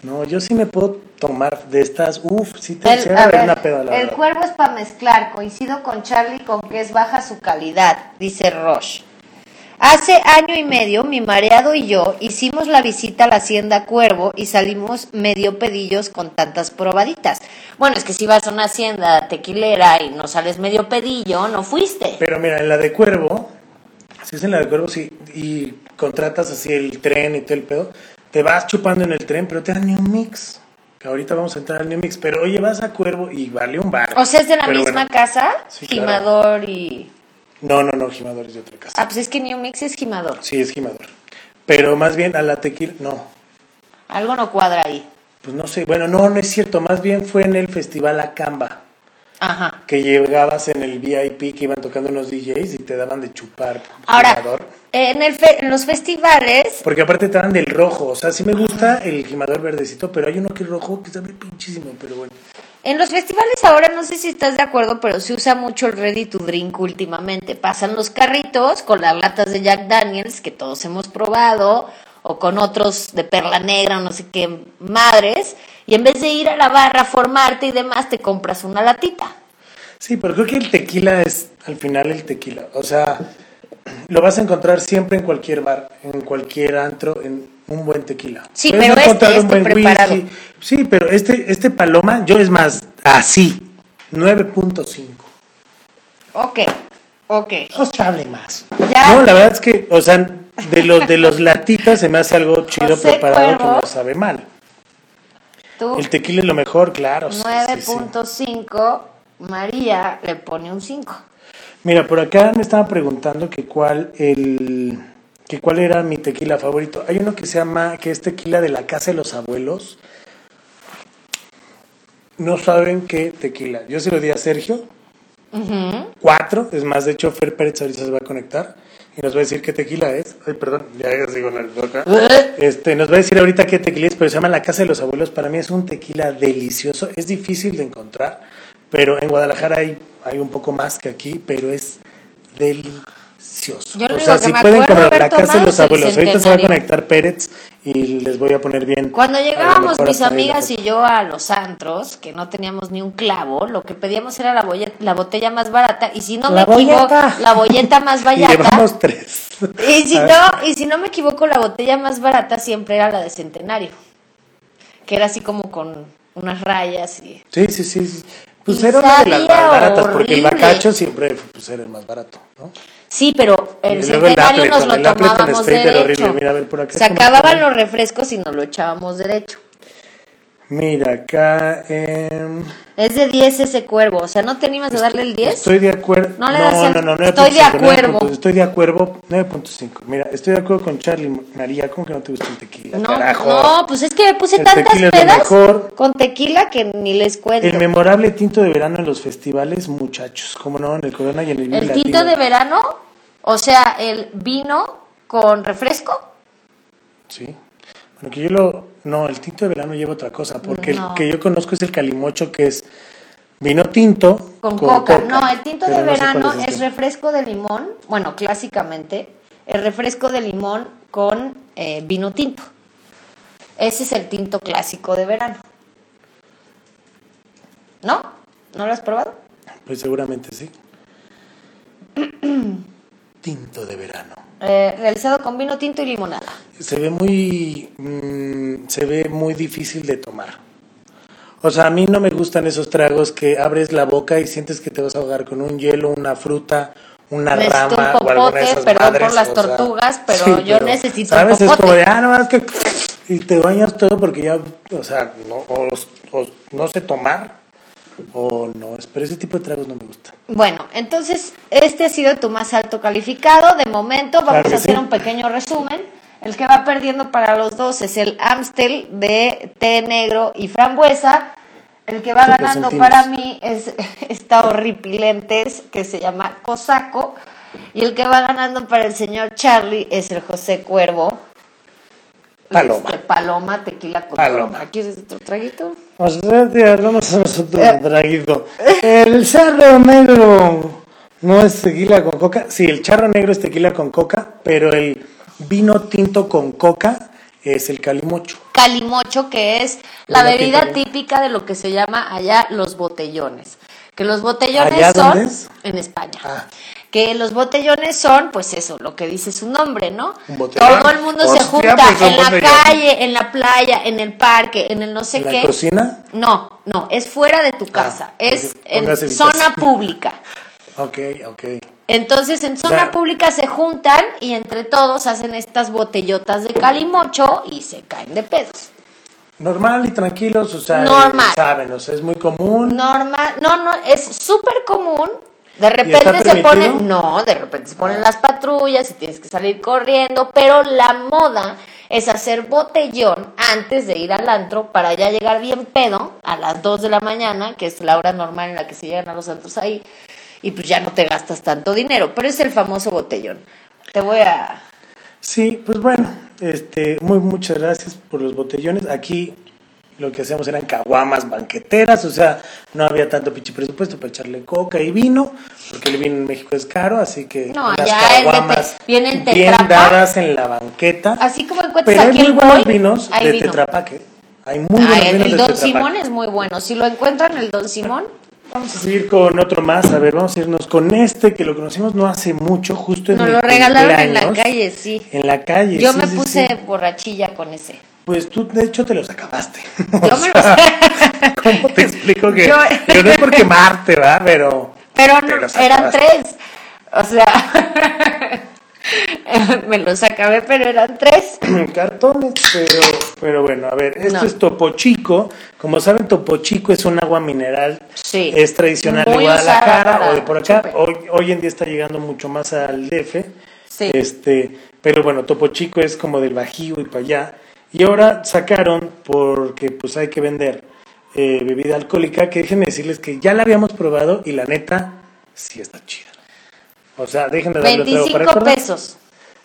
C: No, yo sí me puedo tomar de estas. Uf, sí te
B: El,
C: sí me
B: a
C: da
B: ver,
C: una peda, la
B: el
C: verdad.
B: cuervo es para mezclar, coincido con Charlie con que es baja su calidad, dice Roche. Hace año y medio, mi mareado y yo hicimos la visita a la hacienda Cuervo y salimos medio pedillos con tantas probaditas. Bueno, es que si vas a una hacienda tequilera y no sales medio pedillo, no fuiste.
C: Pero mira, en la de Cuervo, si es en la de Cuervo, sí, y contratas así el tren y todo el pedo, te vas chupando en el tren, pero te dan New Mix. Que ahorita vamos a entrar al New Mix, pero oye, vas a Cuervo y vale un bar.
B: O sea, es de la
C: Pero
B: misma
C: bueno,
B: casa,
C: Sí, claro.
B: Gimador y...
C: No, no, no, Gimador es de otra casa.
B: Ah, pues es que New Mix es Gimador.
C: Sí, es Gimador. Pero más bien a la tequila, no.
B: Algo no cuadra ahí.
C: Pues no sé, bueno, no, no es cierto, más bien fue en el festival Acamba,
B: Ajá.
C: que llegabas en el VIP que iban tocando unos DJs y te daban de chupar.
B: Ahora,
C: Gimador.
B: en, el fe- en los festivales,
C: Porque aparte te dan del rojo, o sea, sí me gusta el gimador verdecito, pero hay uno que es rojo que sabe pinchísimo, pero bueno.
B: en los festivales ahora no sé si estás de acuerdo, pero se usa mucho el ready to drink últimamente. Pasan los carritos con las latas de Jack Daniels que todos hemos probado o con otros de perla negra o no sé qué madres y en vez de ir a la barra a formarte y demás te compras una latita.
C: Sí, pero creo que el tequila es al final el tequila, o sea, lo vas a encontrar siempre en cualquier bar, en cualquier antro, en un buen tequila.
B: Sí,
C: Puedes
B: pero este,
C: encontrar
B: este preparado.
C: Sí, pero este, este paloma, yo es más, así, 9.5.
B: Ok, ok.
C: No se hable más.
B: Ya.
C: No, la verdad es que, o sea, de los, de los latitas se me hace algo chido
B: José
C: preparado
B: Cuervo.
C: que no sabe mal.
B: Tú
C: El tequila es lo mejor, claro. sí, sí, sí.
B: 9.5, María le pone un 5.
C: Mira, por acá me estaba preguntando que cuál el que cuál era mi tequila favorito. Hay uno que se llama que es tequila de la casa de los abuelos. No saben qué tequila. Yo se lo di a Sergio. Cuatro, es más, de hecho, Fer Pérez ahorita se va a conectar y nos va a decir qué tequila es. Ay, perdón, ya les digo la boca. Este, nos va a decir ahorita qué tequila es, pero se llama La Casa de los Abuelos. Para mí es un tequila delicioso. Es difícil de encontrar, pero en Guadalajara hay, hay un poco más que aquí, pero es delicioso.
B: Yo lo
C: o
B: único
C: sea,
B: que
C: si
B: me
C: pueden
B: acuerdo
C: comprar
B: haber
C: La Casa
B: tomado
C: de los
B: es el
C: Abuelos. Ahorita se va a
B: centenario.
C: conectar Pérez y les voy a poner bien.
B: Cuando
C: a lo
B: llegábamos
C: mejor
B: mis
C: hasta ahí la
B: amigas
C: foto.
B: y yo a los antros, que no teníamos ni un clavo, lo que pedíamos era la, bolle- la botella más barata y si no
C: La
B: me equivoco,
C: bolleta.
B: la bolleta más
C: Y
B: barata.
C: llevamos tres.
B: Y si
C: A ver.
B: no, y si no me equivoco, la botella más barata siempre era la de centenario, que era así como con unas rayas y
C: Sí, sí, sí. sí. Pues
B: Y
C: era una de las
B: sabía
C: más baratas, porque el
B: horrible.
C: bacacho siempre pues, era el más barato, ¿no?
B: Sí, pero el
C: Y luego el
B: centenario
C: Appleton,
B: nos lo
C: el Appleton
B: tomábamos
C: State era horrible.
B: derecho.
C: Mira, a ver, por acá
B: Se
C: cómo
B: acababan
C: está.
B: los refrescos y nos lo echábamos derecho.
C: Mira, acá. em,
B: Es de 10 ese cuervo, o sea, ¿no te animas a darle el 10?
C: Estoy de acuerdo.
B: No le das el-
C: no, no, no,
B: estoy de
C: 9.5,
B: acuerdo.
C: 9.5, Estoy de acuerdo. 9.5. Mira, estoy de acuerdo con Charlie María. ¿Cómo que no te gusta el tequila?
B: no,
C: Carajo.
B: no, pues es que puse
C: El
B: tantas
C: tequila es lo
B: pedas
C: mejor.
B: con tequila que ni les cuento.
C: El
B: El,
C: memorable tinto de verano en los festivales, muchachos. ¿Cómo no? En el Corona y en el Vive Latino.
B: tinto de verano, o sea, el vino con refresco.
C: Sí. Bueno, que yo lo. No, el tinto de verano lleva otra cosa, porque
B: No.
C: el que yo conozco es el calimocho, que es vino tinto
B: Con, coca.
C: coca,
B: No, el tinto
C: pero
B: de
C: no sé cuál
B: verano
C: el
B: es
C: otro.
B: refresco de limón, bueno, clásicamente, el refresco de limón con eh, vino tinto. Ese es el tinto clásico de verano. ¿No? ¿No lo has probado?
C: Pues seguramente sí. tinto de verano.
B: Eh, realizado con vino tinto y limonada.
C: Se ve muy. mm, se ve muy difícil de tomar. O sea, a mí no me gustan esos tragos que abres la boca y sientes que te vas a ahogar con un hielo, una fruta, una
B: Necesito un
C: rama o alguna de
B: popote,
C: esas
B: perdón
C: madres,
B: por las
C: o sea,
B: tortugas, pero yo necesito un
C: ¿Sabes? Es
B: popote.
C: como de, ah, no, es que... Y te bañas todo porque ya, o sea, no, o- o no sé tomar o no. es- Pero ese tipo de tragos no me gusta.
B: Bueno, entonces este ha sido tu más alto calificado. De momento vamos
C: Claro que
B: a hacer
C: sí.
B: un pequeño resumen. El que va perdiendo para los dos es el Amstel de té negro y frambuesa. El que va ganando para mí es esta horripilentes que se llama Cosaco. Y el que va ganando para el señor Charlie es el José Cuervo.
C: Paloma.
B: Este, paloma, tequila con
C: Paloma.
B: paloma. ¿Quieres otro traguito?
D: O
C: Pues,
D: sea, te hablamos a nosotros
B: Eh.
D: un traguito. El charro negro no es tequila con coca.
C: Sí, el charro negro es tequila con coca, pero el vino tinto con coca es el calimocho.
B: Calimocho, que es la
C: Bueno,
B: bebida
C: fíjate.
B: típica de lo que se llama allá los botellones. Que los botellones
C: ¿Allá
B: son
C: dónde es?
B: en España.
C: Ah.
B: Que los botellones son, pues eso, lo que dice su nombre, ¿no?
C: Un botellón.
B: Todo el mundo
D: Hostia,
B: se junta
D: pues, un
B: en la
D: botellón.
B: calle, en la playa, en el parque, en el no sé
C: ¿En la
B: qué.
C: cocina? Ah,
B: No, no, es fuera de tu casa, es
C: ok,
B: en
C: póngase bichas.
B: zona pública.
C: Ok, ok.
B: Entonces en zona
C: Claro.
B: pública se juntan y entre todos hacen estas botellotas de calimocho y se caen de pedos.
C: Normal y tranquilos, o sea,
B: Normal.
C: saben, o sea, es muy común.
B: Normal, no, no, es súper común. De
C: está
B: repente se
C: permitido?
B: ponen, no, de repente se ponen las patrullas y tienes que salir corriendo, pero la moda es hacer botellón antes de ir al antro para ya llegar bien pedo a las 2 de la mañana, que es la hora normal en la que se llegan a los antros ahí, y pues ya no te gastas tanto dinero, pero es el famoso botellón. Te voy a...
C: Sí, pues bueno, este, muy muchas gracias por los botellones. Aquí lo que hacíamos eran caguamas banqueteras, o sea, no había tanto pinche presupuesto para echarle coca y vino, porque el vino en México es caro, así que
B: No,
C: las
B: allá el de te- viene el
C: bien
B: Tetrapac.
C: dadas en la banqueta.
B: Así como encuentras
C: Pero hay
B: aquí
C: muy
B: el
C: buenos
B: Boy,
C: vinos
B: hay
C: de
B: vino.
C: Tetrapac, ¿eh? Hay muy buenos
B: Ah, el,
C: vinos de
B: Don
C: Tetrapac.
B: Simón es muy bueno, si lo encuentran el Don Simón,
C: Vamos a seguir con otro más. A ver, vamos a irnos con este que lo conocimos no hace mucho, justo en
B: nos
C: mi
B: lo regalaron en la
C: cumpleaños.
B: calle, sí.
C: En la calle.
B: Yo
C: sí,
B: me
C: sí,
B: puse
C: sí.
B: borrachilla con ese.
C: Pues tú, de hecho, te los acabaste.
B: Yo me lo
C: ¿Cómo te explico que.?
B: Yo-
C: Pero no es por quemarte, ¿verdad? Pero.
B: Pero
C: Te
B: no,
C: los
B: eran
C: acabaste.
B: tres. O sea, me los acabé, pero eran tres.
C: Cartones, pero. Pero bueno, a ver, esto
B: No.
C: es Topo Chico. Como saben, Topo Chico es un agua mineral.
B: Sí.
C: Es tradicional de
B: Muy usada
C: Guadalajara
B: para
C: o de por acá.
B: chupe.
C: Hoy, hoy en día está llegando mucho más al DF.
B: Sí.
C: Este, pero bueno, Topo Chico es como del Bajío y para allá. Y ahora sacaron, porque pues hay que vender eh, bebida alcohólica, que déjenme decirles que ya la habíamos probado y la neta, sí está chida. O sea, déjenme darle otro para
B: 25
C: recordar.
B: pesos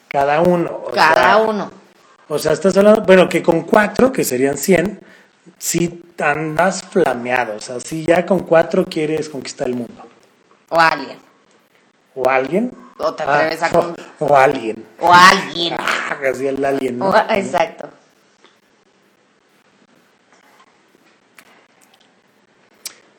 C: Cada uno. o
B: cada
C: sea,
B: uno.
C: O sea, estás hablando, bueno, que con cuatro, que serían 100, sí andas flameado. O sea, sí ya con cuatro quieres conquistar el mundo.
B: O alguien.
C: O alguien.
B: O
C: ah,
B: te atreves a con-
C: o, o alguien.
B: O alguien.
C: Ah, así el alien, ¿no?
B: O- exacto.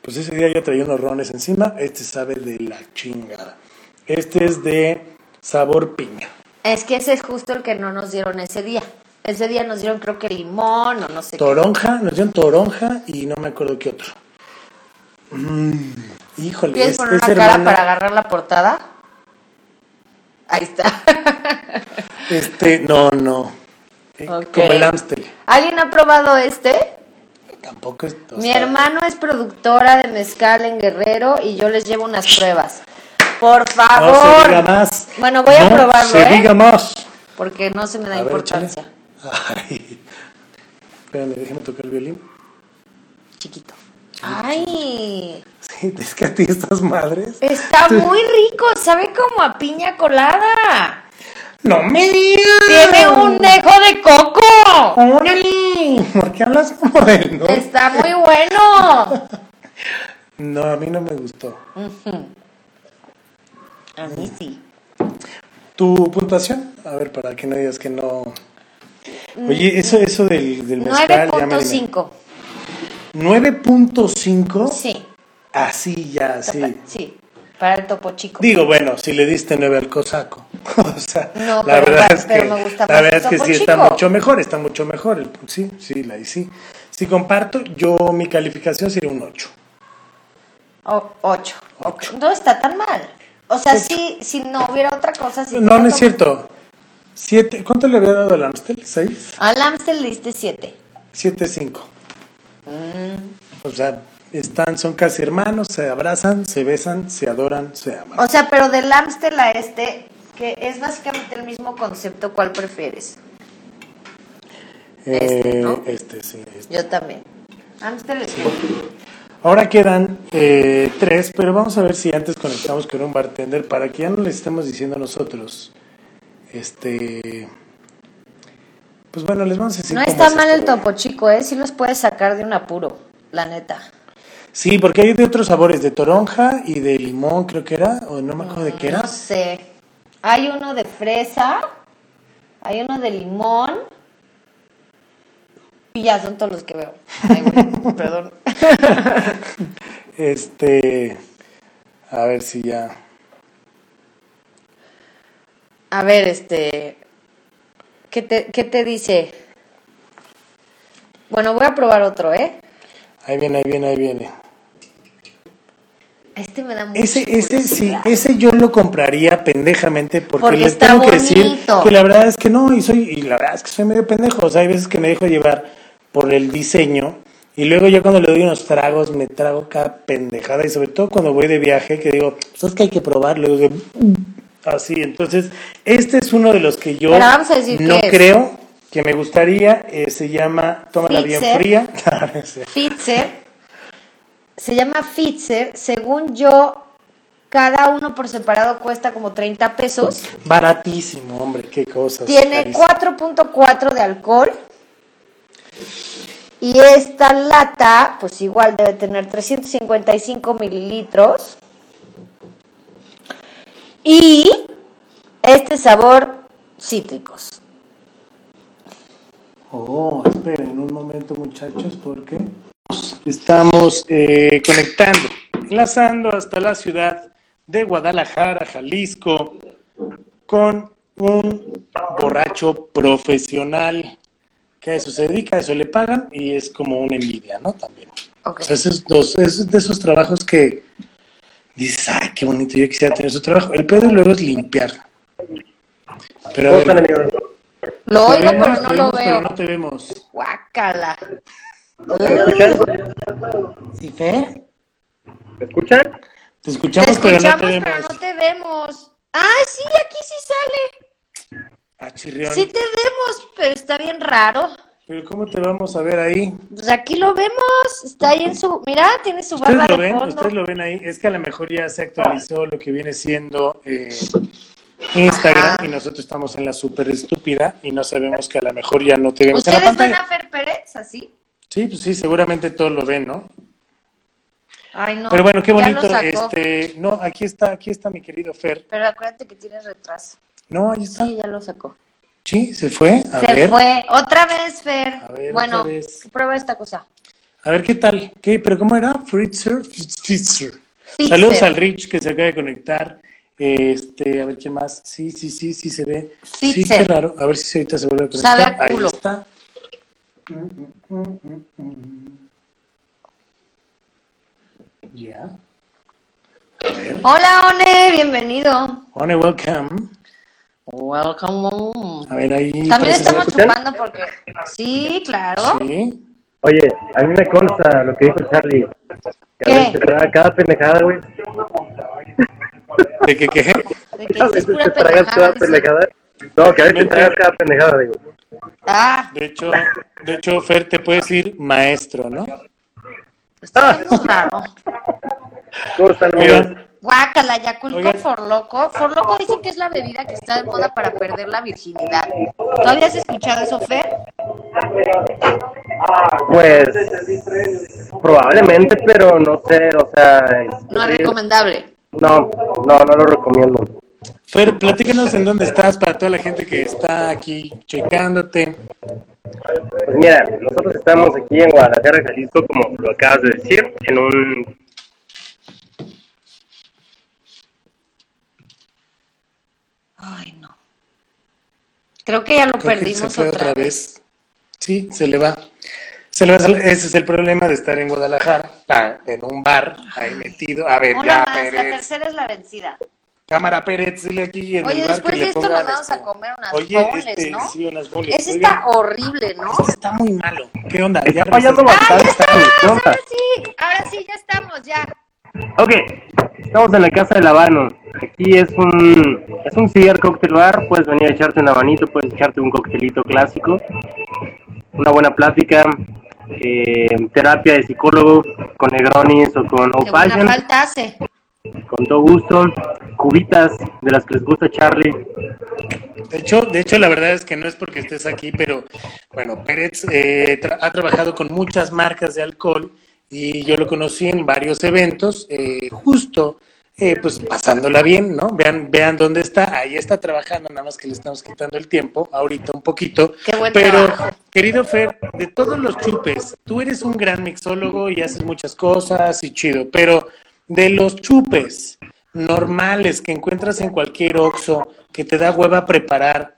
C: Pues ese día yo traía unos rones encima. Este sabe de la chingada. Este es de sabor piña.
B: Es que ese es justo el que no nos dieron ese día. Ese día nos dieron creo que limón o no sé qué.
C: Toronja, nos dieron toronja y no me acuerdo qué otro. Mm, híjole,
B: ¿Quieres
C: es,
B: poner
C: este es
B: una cara
C: hermana.
B: para agarrar la portada? Ahí está.
C: Este, no, no. Eh,
B: Ok.
C: Como el Amstel.
B: ¿Alguien ha probado este?
C: Tampoco es. o
B: Mi
C: sea,
B: hermano es productora de mezcal en Guerrero y yo les llevo unas pruebas. Por favor.
C: No se diga más.
B: Bueno, voy a
C: No
B: probarlo,
C: Se
B: ¿eh?
C: diga más.
B: Porque no se me da
C: A ver,
B: importancia.
C: échale. Ay. Espérame, déjame tocar el violín.
B: Chiquito. Ay,
C: Sí, es que a ti estas madres.
B: está muy rico, sabe como a piña colada.
C: ¡No me digas!
B: Tiene un dejo de coco.
C: ¡Órale! ¿Por qué hablas como de no?
B: Está muy bueno.
C: No, a mí no me gustó.
B: A mí sí.
C: ¿Tu puntuación? A ver, para que no digas que no.
B: Mm.
C: Oye, eso, eso del, del mezcal ya me
B: 9.5.
C: 9.5.
B: Sí,
C: Así ya, así.
B: sí. Para el topo chico.
C: Digo, bueno, si le diste 9 al cosaco. O sea,
B: No,
C: la
B: pero-
C: verdad
B: pero
C: es que,
B: me gusta
C: la
B: más
C: verdad
B: el
C: es que sí
B: Topo
C: está
B: Chico.
C: mucho mejor, está mucho mejor. el- sí, sí, la y sí. Si comparto, yo mi calificación sería un 8.
B: O- ocho. No está tan mal. O sea, sí, si no hubiera otra cosa. Si
C: No, no es cierto. Siete, ¿Cuánto le había dado al Amstel? ¿6?
B: Al Amstel le diste 7.
C: 7, 5.
B: Mm.
C: O sea, están, son casi hermanos, se abrazan, se besan, se adoran, se aman.
B: O sea, pero del Amstel a este, que es básicamente el mismo concepto, ¿cuál prefieres? este,
C: Eh,
B: ¿no?
C: este, sí. este.
B: Yo también. Amstel es
C: Ahora quedan eh, tres, pero vamos a ver si antes conectamos con un bartender para que ya no le estemos diciendo nosotros. Este. Pues bueno, les vamos a decir.
B: No
C: cómo
B: está
C: se
B: mal el
C: juega.
B: topo chico, ¿eh? Sí los puedes sacar de un apuro, la neta.
C: Sí, porque hay de otros sabores, de toronja y de limón, creo que era, o no me acuerdo de qué era.
B: No sé. Hay uno de fresa, hay uno de limón. Y ya son todos los que veo. Ay, güey, perdón.
C: Este. A ver si ya.
B: A ver, este. ¿Qué te, qué te dice? Bueno, voy a probar otro, ¿eh?
C: Ahí viene, ahí viene, ahí viene.
B: Este me da mucho
C: Ese, ese sí, ese yo lo compraría pendejamente porque,
B: Porque
C: les
B: está
C: tengo que
B: bonito.
C: decir que la verdad es que no, y soy, y la verdad es que soy medio pendejo. O sea, hay veces que me dejo llevar por el diseño, y luego yo cuando le doy unos tragos, me trago cada pendejada, y sobre todo cuando voy de viaje, que digo, ¿sabes que hay que probarlo? Y digo, "Mm", así, entonces, este es uno de los que yo
B: Pero vamos a decir
C: no
B: qué es.
C: creo que me gustaría, eh, se llama Tómala bien
B: Fixer.
C: fría.
B: Fitzer. Se llama Fitzer. Según yo, cada uno por separado cuesta como 30 pesos.
C: Baratísimo, hombre, qué cosas.
B: Tiene
C: carísimo.
B: 4.4 de alcohol. Y esta lata, pues igual debe tener 355 mililitros. Y este sabor cítricos.
C: Oh, esperen un momento muchachos porque estamos eh, conectando, enlazando hasta la ciudad de Guadalajara, Jalisco, con un borracho profesional que a eso se dedica, a eso le pagan y es como una envidia, ¿no? También.
B: Ok.
C: O sea, esos dos- es de esos trabajos que dices, ay, qué bonito, yo quisiera tener su trabajo. El pedo luego es limpiar. Pero a
E: ¿Cómo están,
C: ver,
E: amigos?
B: Lo
C: te
B: oigo,
C: vemos,
B: pero no
C: te
B: lo
C: vemos, pero
B: veo.
C: no te vemos.
B: Guácala.
E: ¿Me escuchan?
D: ¿Sí, Fer?
E: ¿Me escuchan?
C: Te
B: Te
C: escuchamos,
B: escuchamos,
C: pero no te
B: pero
C: vemos.
B: no te vemos. Ah, sí, aquí sí sale.
C: Ah, chirrión.
B: Sí te vemos, pero está bien raro.
C: Pero ¿cómo te vamos a ver ahí?
B: Pues aquí lo vemos. Está ahí en su. Mira, tiene su barba
C: ¿Ustedes lo
B: de
C: ven?
B: fondo.
C: ¿Ustedes lo ven ahí? Es que a lo mejor ya se actualizó lo que viene siendo eh, Instagram
B: Ajá.
C: y nosotros estamos en la súper estúpida y no sabemos que a lo mejor ya no te vemos en la
B: ¿Ustedes ven
C: pantalla.
B: a Fer Pérez así?
C: Sí, pues sí, seguramente todos lo ven, ¿no?
B: Ay, no.
C: Pero bueno, qué
B: ya lo
C: bonito.
B: sacó.
C: Este, no, aquí está, aquí está mi querido Fer.
B: Pero acuérdate que tienes retraso.
C: No, ahí está.
B: Sí, ya lo sacó.
C: Sí, se fue. A
B: Se
C: ver.
B: fue. Otra vez, Fer.
C: A ver,
B: bueno,
C: otra vez.
B: prueba esta cosa.
C: A ver qué tal. ¿Qué? ¿Pero cómo era? Fritzer. Fritzer.
B: Fitzer.
C: Saludos al Rich que se acaba de conectar. Este, a ver quién más. Sí, sí, sí, sí se ve. Sí,
B: Fitzer.
C: qué raro. A ver si se ahorita se vuelve a conectar.
B: Sabe a culo.
C: Ahí está. Ya.
B: Hola, One. Bienvenido.
C: One, welcome.
B: Welcome. home.
C: A ver, ahí.
B: También
C: parece
B: estamos
E: escuchan?
B: chupando porque. Sí, claro.
C: que- pues, Sí.
E: Oye, a mí me consta lo que dijo Charlie. Que a
B: ¿Qué?
E: veces cada, cada pendejada, güey.
C: ¿De qué qué?
B: De que
E: A
B: es
E: veces
B: pura
E: te tragas
B: pendejada,
E: cada
B: dice.
E: pendejada. No, que a veces te tragas cada pendejada, digo.
B: Ah,
C: De hecho, de hecho, Fer, te puedes ir maestro, ¿no?
B: pues, está bien raro.
E: ¿Cómo están, amigos?
C: Oigan,
B: Guácala, Yaculco
C: Oigan.
B: Forloco. Forloco dicen que es la bebida que está de moda para perder la virginidad. ¿Tú habías escuchado eso, Fer?
E: Pues, probablemente, pero no sé, o sea... este,
B: No es recomendable.
E: No, no, no lo recomiendo.
C: Fer, platícanos en dónde estás para toda la gente que está aquí checándote.
E: Pues mira, nosotros estamos aquí en Guadalajara, Jalisco, como lo acabas de decir, en un...
B: Ay, no. Creo que ya lo
C: Creo que
B: perdimos
C: se fue
B: otra vez.
C: Sí, se le va. Se le va, se le- ese es el problema de estar en Guadalajara, ah, en un bar, ahí metido. A ver,
B: Una
C: ya,
B: más, la
C: Pérez.
B: tercera es la vencida.
C: Cámara Pérez, dile aquí en
B: Oye,
C: el bar
B: después
C: que
B: de
C: le
B: esto
C: pongan,
B: nos vamos a
C: este,
B: comer unas
C: oye,
B: boles,
C: este,
B: ¿no?
C: sí, unas boles.
B: Ese
C: Oigan,
B: está horrible, ¿no?
C: está muy malo. ¿Qué onda? Ya
E: Está fallando
C: regresamos.
B: ¡Ah, ya
E: bastante,
B: estamos!
E: ¿qué onda?
B: Ahora sí, ahora sí, ya estamos, ya.
E: Ok, estamos en la casa del habano. Aquí es un es un cigar cocktail bar. Puedes venir a echarte un habanito, puedes echarte un coctelito clásico, una buena plática, eh, terapia de psicólogo con Negronis o con
B: Que buena
E: Opassion,
B: falta hace.
E: con todo gusto, cubitas de las que les gusta Charlie.
C: De hecho, de hecho, la verdad es que no es porque estés aquí, pero bueno, Pérez eh, tra- ha trabajado con muchas marcas de alcohol y yo lo conocí en varios eventos, eh, justo eh, pues pasándola bien, ¿no? Vean, vean dónde está, ahí está trabajando, nada más que le estamos quitando el tiempo, ahorita un poquito.
B: Qué buen
C: pero,
B: trabajo.
C: querido Fer, de todos los chupes, tú eres un gran mixólogo y haces muchas cosas y chido, pero de los chupes normales que encuentras en cualquier Oxxo que te da hueva preparar,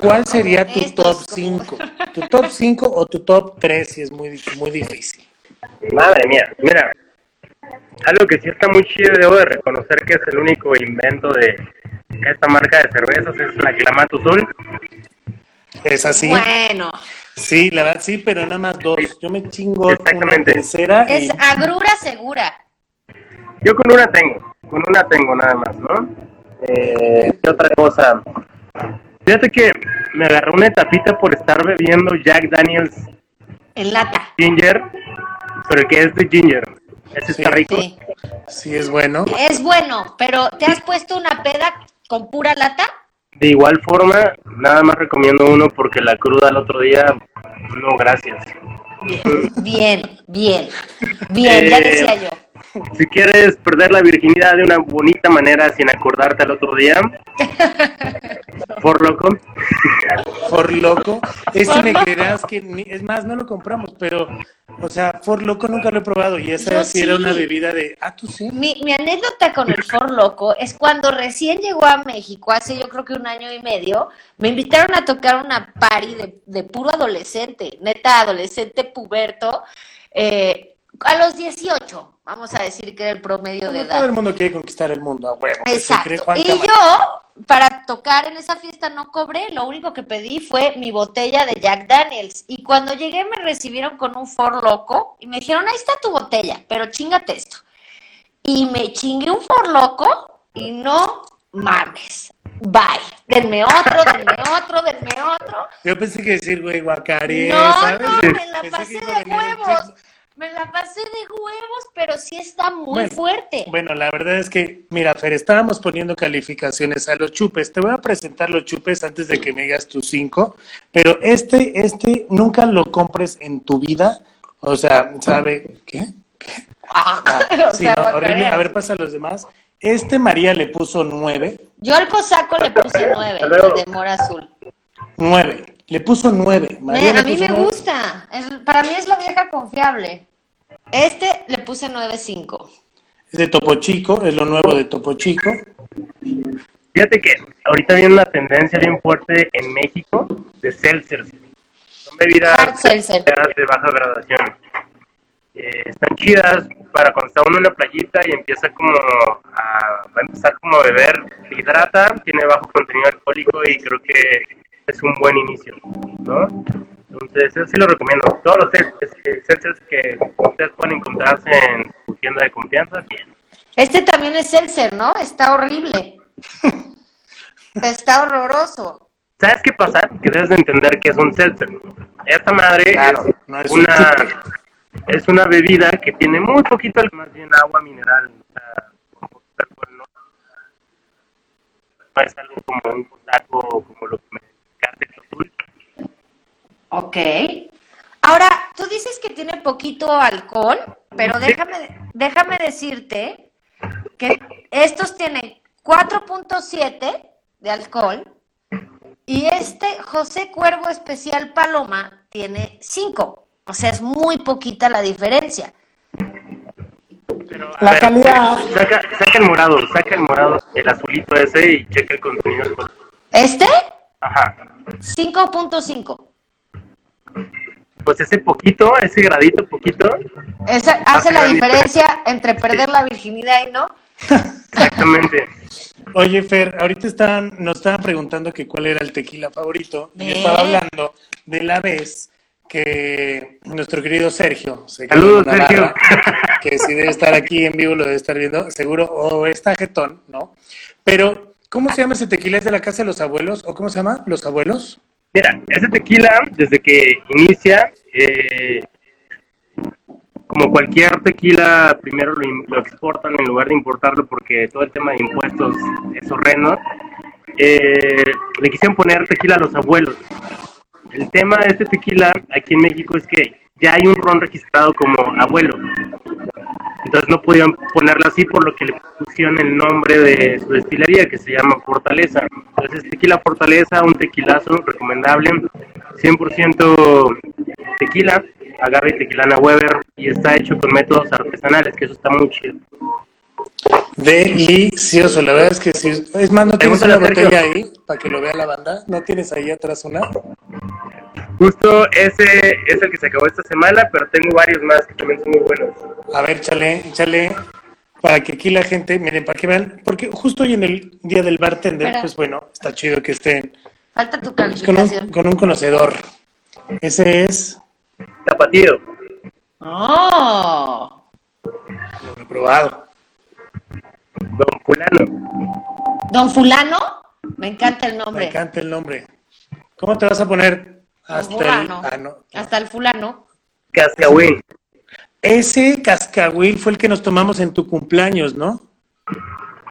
C: ¿cuál sería tu
B: Estos
C: top
B: como-
C: 5? ¿Tu top 5 o tu top 3 si es muy, dif- muy difícil?
E: Madre mía, mira, algo que sí está muy chido, debo de reconocer que es el único invento de esta marca de cervezas, es la Clamato Sol.
C: ¿Es así?
B: Bueno,
C: Sí, la verdad sí, pero nada más dos. Yo me chingo una
E: Exactamente.
C: tercera y
B: es agrura segura.
E: Yo con una tengo, con una tengo nada más, ¿no? Eh, ¿Qué otra cosa? Fíjate que me agarró una tapita por estar bebiendo Jack Daniels
B: En lata.
E: Ginger, pero el que es de Ginger. Ese
C: Sí.
E: está rico.
B: Sí.
C: sí es bueno.
B: Es bueno, pero ¿te has puesto una peda con pura lata?
E: De igual forma, nada más recomiendo uno porque la cruda el otro día, no, gracias.
B: Bien, bien, bien, ya
E: Eh,
B: decía yo.
E: Si quieres perder la virginidad de una bonita manera sin acordarte al otro día, por loco,
C: For Loco. Ese
B: For
C: me
B: Loco.
C: creerás que, ni- es más, no lo compramos, pero, o sea, For Loco nunca lo he probado y esa
B: Yo
C: sí era
B: sí.
C: una bebida de, ah, tú sí.
B: Mi, mi anécdota con el For Loco es cuando recién llegó a México, hace yo creo que un año y medio, me invitaron a tocar una party de, de puro adolescente, neta adolescente puberto, eh, a los 18, vamos a decir que era el promedio de edad.
C: Todo el mundo quiere conquistar el mundo, a huevo. que se cree
B: Exacto.
C: Juan
B: Y
C: Caballo.
B: yo, para tocar en esa fiesta, no cobré. Lo único que pedí fue mi botella de Jack Daniels. Y cuando llegué, me recibieron con un for loco y me dijeron: Ahí está tu botella, pero chingate esto. Y me chingué un for loco y no mames. Bye. Denme otro, denme otro, denme otro.
C: Yo pensé que decir, güey, guacare,
B: No,
C: ¿sabes?
B: no, me la
C: Pensé
B: pasé
C: que iba a
B: de
C: venir el
B: huevos.
C: chisme.
B: Me la pasé de huevos, pero sí está muy
C: Bueno,
B: fuerte.
C: Bueno, la verdad es que, mira, Fer, estábamos poniendo calificaciones a los chupes. Te voy a presentar los chupes antes de que me digas tus cinco, pero este, este, nunca lo compres en tu vida. O sea, ¿sabe qué?
B: Ah,
C: Ah,
B: O
C: Sí,
B: sea,
C: no, horrible.
B: guacarea.
C: A ver, pasa a los demás. Este María le puso nueve,
B: Yo al cosaco le puse nueve,
E: Hasta luego.
B: de mora azul.
C: nueve. Le puso nueve. María
B: Me-
C: le
B: a mí
C: puso
B: me
C: nueve.
B: gusta. es- para mí es la vieja confiable. Este le puse 9.5.
C: Es de Topo Chico, es lo nuevo de Topo Chico.
E: fíjate que ahorita viene una tendencia bien fuerte en México de seltzers. Son bebidas
B: Hard seltzer.
E: de baja gradación. Eh, están chidas para cuando está uno en la playita y empieza como a, va a empezar como a beber, se hidrata, tiene bajo contenido alcohólico y creo que es un buen inicio, ¿no? Entonces, eso sí lo recomiendo. Todos los seltzers que- seltzers que ustedes pueden encontrarse en su tienda de confianza, bien.
B: Este también es seltzer, ¿no? Está horrible. Está horroroso.
E: ¿Sabes qué pasa? Que debes de entender que es un seltzer. Esta madre
C: Claro,
E: es,
C: no es un
E: una,
C: chupe.
E: es una bebida que tiene muy poquito, al- más bien agua mineral. O sea, como poquito alcohol, no, No es algo como un taco, como lo que me encanta el azul.
B: Ok. Ahora, tú dices que tiene poquito alcohol, pero déjame, déjame decirte que estos tienen 4.7 de alcohol y este José Cuervo Especial Paloma tiene 5. O sea, es muy poquita la diferencia.
E: Pero, a
D: La
E: ver,
D: calidad.
E: Saca, saca el morado, saca el morado, el azulito ese y checa el contenido alcohólico.
B: Este,
E: Ajá.
B: 5.5.
E: Pues ese poquito, ese gradito poquito,
B: Esa hace la
E: gran
B: diferencia entre perder la virginidad y no.
E: exactamente.
C: Oye, Fer, ahorita estaban, nos estaban preguntando que cuál era el tequila favorito. Y yo
B: Ve.
C: estaba hablando de la vez que nuestro querido Sergio, se quedó
E: Saludos,
C: en una
E: Sergio.
C: barra, que si debe estar aquí en vivo, lo debe estar viendo, seguro, o está jetón, ¿no? Pero, ¿cómo se llama ese tequila? ¿Es de la casa de los abuelos? ¿O cómo se llama? ¿Los abuelos?
E: Mira, ese tequila, desde que inicia, eh, como cualquier tequila, primero lo, im- lo exportan en lugar de importarlo porque todo el tema de impuestos es horrendo. Eh, le quisieron poner tequila a los abuelos. El tema de este tequila aquí en México es que ya hay un ron registrado como abuelo. Entonces no podían ponerlo así por lo que le pusieron el nombre de su destilería que se llama Fortaleza. Entonces este, tequila Fortaleza, un tequilazo recomendable, 100% tequila, agave y tequilana Weber y está hecho con métodos artesanales, que eso está muy chido.
C: Delicioso, la verdad es que sí. Es más, ¿no tienes
E: Pregúntale
C: una
E: a Sergio.
C: botella ahí para que lo vea la banda? ¿No tienes ahí atrás una?
E: Justo ese es el que se acabó esta semana, pero tengo varios más que también son muy buenos.
C: A ver, chale, chale. Para que aquí la gente, miren, para que vean, porque justo hoy en el día del bartender,
B: Espera.
C: pues bueno, está chido que estén
B: Falta tu
C: pues, con un,
B: calificación.
C: con un conocedor. Ese es,
E: Tapatío.
B: ¡Oh!
C: lo reprobado.
E: Don Fulano.
B: Don Fulano, me encanta el
C: Me
B: nombre.
C: encanta el nombre. ¿Cómo te vas a poner hasta el,
B: Fulano.
C: ah, no.
B: Hasta el fulano.
E: Cascahuín.
C: Ese cascahuil fue el que nos tomamos en tu cumpleaños, ¿no?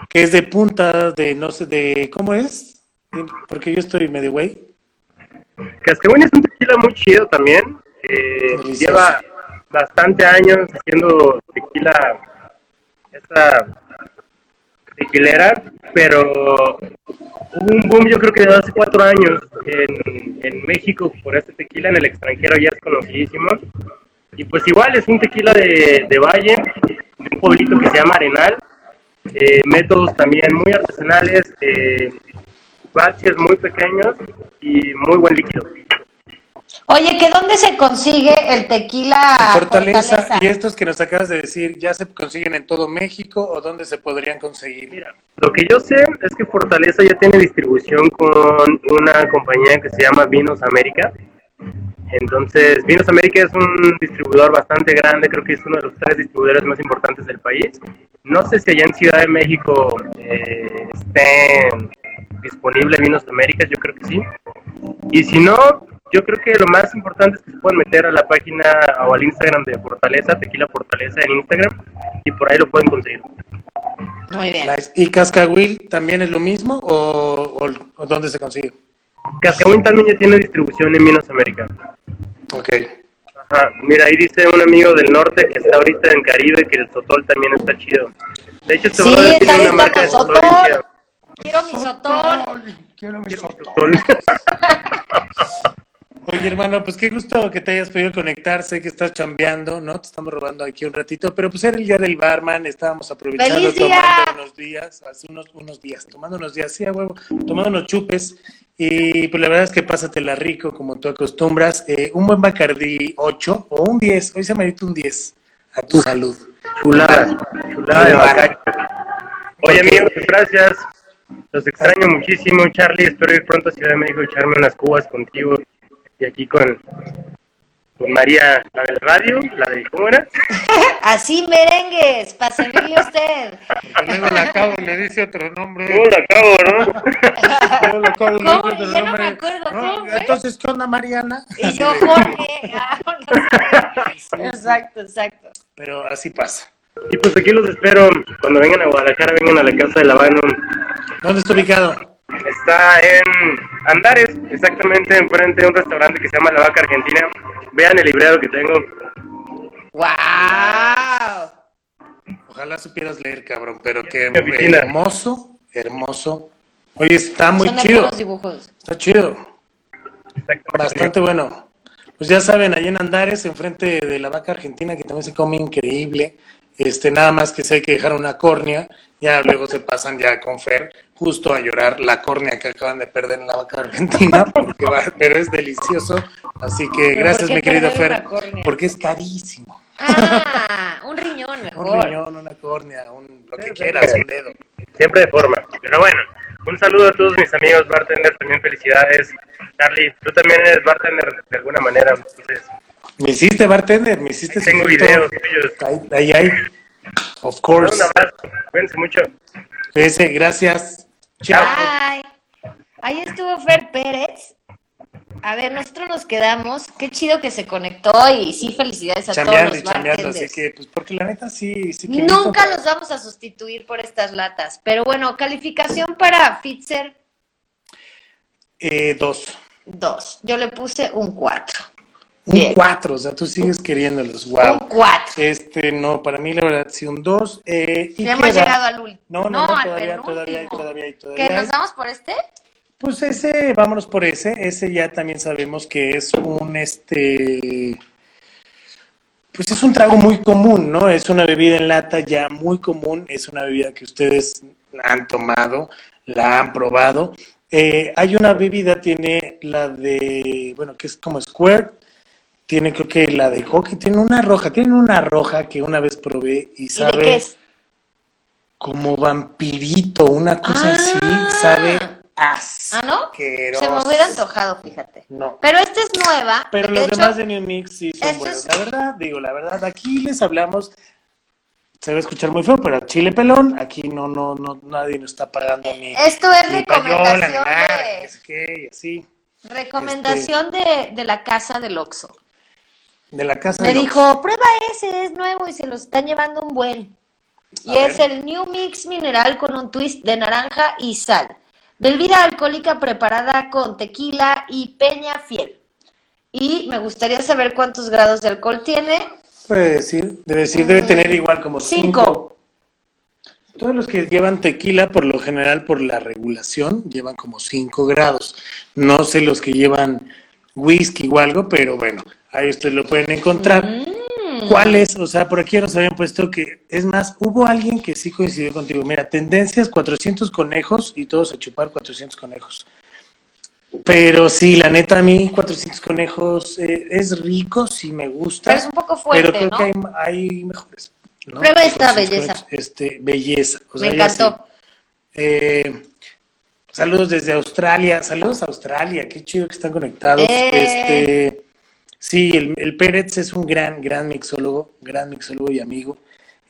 C: Que es de punta, de no sé, de ¿cómo es? Porque yo estoy medio güey.
E: Cascahuín es un tequila muy chido también. eh,
C: Delicioso.
E: lleva bastante años haciendo tequila, esta tequilera, pero hubo un boom yo creo que de hace cuatro años en, en México por este tequila, en el extranjero ya es conocidísimo. Y pues igual es un tequila de, de valle, de un pueblito que se llama Arenal. eh, métodos también muy artesanales, eh, baches muy pequeños y muy buen líquido.
B: Oye, ¿que dónde se consigue el tequila
C: Fortaleza,
B: Ah, Fortaleza?
C: y estos que nos acabas de decir, ¿ya se consiguen en todo México o dónde se podrían conseguir?
E: Mira, lo que yo sé es que Fortaleza ya tiene distribución con una compañía que se llama Vinos América. Entonces, Vinos América es un distribuidor bastante grande, creo que es uno de los tres distribuidores más importantes del país. No sé si allá en Ciudad de México eh, esté disponible Vinos América, yo creo que sí. Y si no, yo creo que lo más importante es que se pueden meter a la página o al Instagram de Fortaleza, Tequila Fortaleza en Instagram, y por ahí lo pueden conseguir.
B: Muy bien.
C: Nice. ¿Y Cascahuil también es lo mismo o, o- o dónde se consigue?
E: Cascabuín también ya tiene distribución en Minas América.
C: Ok.
E: Ajá, mira, ahí dice un amigo del norte que está ahorita en Caribe que el Sotol también está chido. De hecho, este
B: Sí,
E: brother tiene
B: está
E: una
B: bien
E: marca de
B: con
E: Sotol.
B: Sotol.
E: chida.
B: Quiero mi sotón.
E: Sotol.
C: Oye, hermano, pues qué gusto que te hayas podido conectarse, que estás chambeando, ¿no? Te estamos robando aquí un ratito, pero pues era el día del barman, estábamos aprovechando,
B: ¡Feliz día!
C: tomando unos días, hace unos, unos días, tomando unos días, sí, a huevo, tomando unos chupes, y pues la verdad es que pásatela rico, como tú acostumbras, Eh, un buen Bacardí 8 o un 10, hoy se merita un 10, a tu salud.
E: Chulada, chulada de vaca. Oye, amigo, pues, gracias. Los extraño muchísimo, Charlie. Espero ir pronto a Ciudad de México y echarme unas cubas contigo y aquí con, con María, la del radio, la de, ¿cómo era?
B: Así merengues, pásenle usted.
C: Luego la acabo, le dice otro nombre.
E: ¿Cómo la acabo, no?
C: Luego la acabo, le
B: ¿Cómo? Ya
C: dice otro
B: no me
C: nombre.
B: acuerdo,
C: No,
B: ¿cómo fue?
C: Entonces, ¿qué onda, Mariana?
B: Y yo, Jorge. Ah, no sé. Exacto, exacto.
C: Pero así pasa.
E: Y pues aquí los espero. Cuando vengan a Guadalajara, vengan a la casa de la Banum.
C: ¿Dónde está ubicado?
E: Está en Andares, exactamente enfrente de un restaurante que se llama La Vaca Argentina. Vean el librero que tengo.
B: ¡Wow!
C: Ojalá supieras leer, cabrón, pero qué
E: Mi oficina.
C: hermoso, hermoso. Oye, está muy
B: Son
C: chido.
B: algunos dibujos.
C: Está chido.
E: Exactamente.
C: Bastante bueno. Pues ya saben, ahí en Andares, enfrente de la vaca argentina, que también se come increíble. Este, nada más que si hay que dejar una córnea, ya luego se pasan ya con Fer justo a llorar la córnea que acaban de perder en la vaca argentina, porque va- pero es delicioso. Así que
B: ¿Pero por
C: gracias,
B: qué
C: mi querido
B: perder una
C: Fer,
B: córnea?
C: porque es carísimo.
B: Ah, un riñón
C: Un
B: mejor.
C: riñón, una córnea, un, lo que quieras, un dedo.
E: Siempre de forma. Pero bueno, un saludo a todos mis amigos bartenders. También felicidades. Charlie, tú también eres bartender de alguna manera. Entonces,
C: Me hiciste bartender, me hiciste
E: tengo
C: sujeto.
E: videos tuyos.
C: Ahí, ahí, ahí. Of
E: Un
C: course.
E: abrazo. Cuídense mucho.
C: Ese,
B: Ah,
C: gracias. Chao.
B: Bye. Ahí estuvo Fer Pérez, A ver, nosotros nos quedamos. Qué chido que se conectó y sí, felicidades a
C: Chambeando y
B: todos los
C: chambeando,
B: bartenders.
C: así que, pues, porque la neta sí, sí que
B: Nunca
C: listo.
B: los vamos a sustituir por estas latas. Pero bueno, calificación para Fitzer
C: Eh, dos.
B: 2. Yo le puse un 4.
C: Un cuatro, o sea, tú sigues queriéndolos, wow.
B: Un 4.
C: Este, no, para mí la verdad sí un 2. Eh, y
B: Ya hemos
C: queda-
B: llegado al último.
C: No, no, no,
B: al
C: todavía, todavía, hay,
B: penúltimo.
C: todavía, hay, todavía.
B: ¿Que
C: hay.
B: nos damos por este?
C: Pues ese, vámonos por ese. Ese ya también sabemos que es un, este, pues es un trago muy común, ¿no? Es una bebida en lata ya muy común. Es una bebida que ustedes han tomado, la han probado. Eh, hay una bebida, tiene la de, bueno, que es como Squirt. Tiene creo que la de hockey, tiene una roja, tiene una roja que una vez probé y
B: ¿Y de
C: sabe
B: qué es?
C: como vampirito, una
B: Ah.
C: cosa así, sabe
B: Ah, ¿no?
C: asqueroso.
B: Se me hubiera antojado, fíjate.
C: No.
B: Pero esta es nueva.
C: Pero
B: de
C: los
B: hecho,
C: demás de New Mix sí son
B: eso
C: buenos.
B: es-
C: La verdad, digo, la verdad, aquí les hablamos, se va a escuchar muy feo, pero chile pelón, aquí no, no, no, nadie nos está pagando ni,
B: Esto es
C: ni payola, ni
B: recomendación,
C: nada, que
B: de,
C: es que, y así.
B: recomendación
C: Este,
B: de, de la casa del Oxxo.
C: De la casa
B: Me
C: de los-
B: dijo, prueba ese, es nuevo y se los están llevando un buen. Y
C: A
B: es
C: ver.
B: el New Mix Mineral con un twist de naranja y sal. Bebida alcohólica preparada con tequila y peña fiel. Y me gustaría saber cuántos grados de alcohol tiene.
C: Puede decir, debe decir, debe tener igual como
B: Cinco.
C: cinco. Todos los que llevan tequila, por lo general, por la regulación, llevan como 5 grados. No sé los que llevan whisky o algo, pero bueno, ahí ustedes lo pueden encontrar.
B: Mm.
C: ¿Cuál es? O sea, por aquí nos habían puesto que, es más, hubo alguien que sí coincidió contigo. Mira, tendencias 400 conejos y todos a chupar 400 conejos. Pero sí, la neta, a mí 400 conejos eh, es rico, sí me gusta.
B: Pero es un poco fuerte,
C: Pero creo
B: ¿no?
C: que hay, hay mejores. ¿no?
B: Prueba esta
C: 400
B: belleza.
C: conejos, Este, belleza. O sea,
B: me
C: ya
B: encantó.
C: sí. Eh, saludos desde Australia, saludos a Australia, qué chido que están conectados.
B: ¡Eh!
C: Este, sí, el, el Pérez es un gran, gran mixólogo, gran mixólogo y amigo.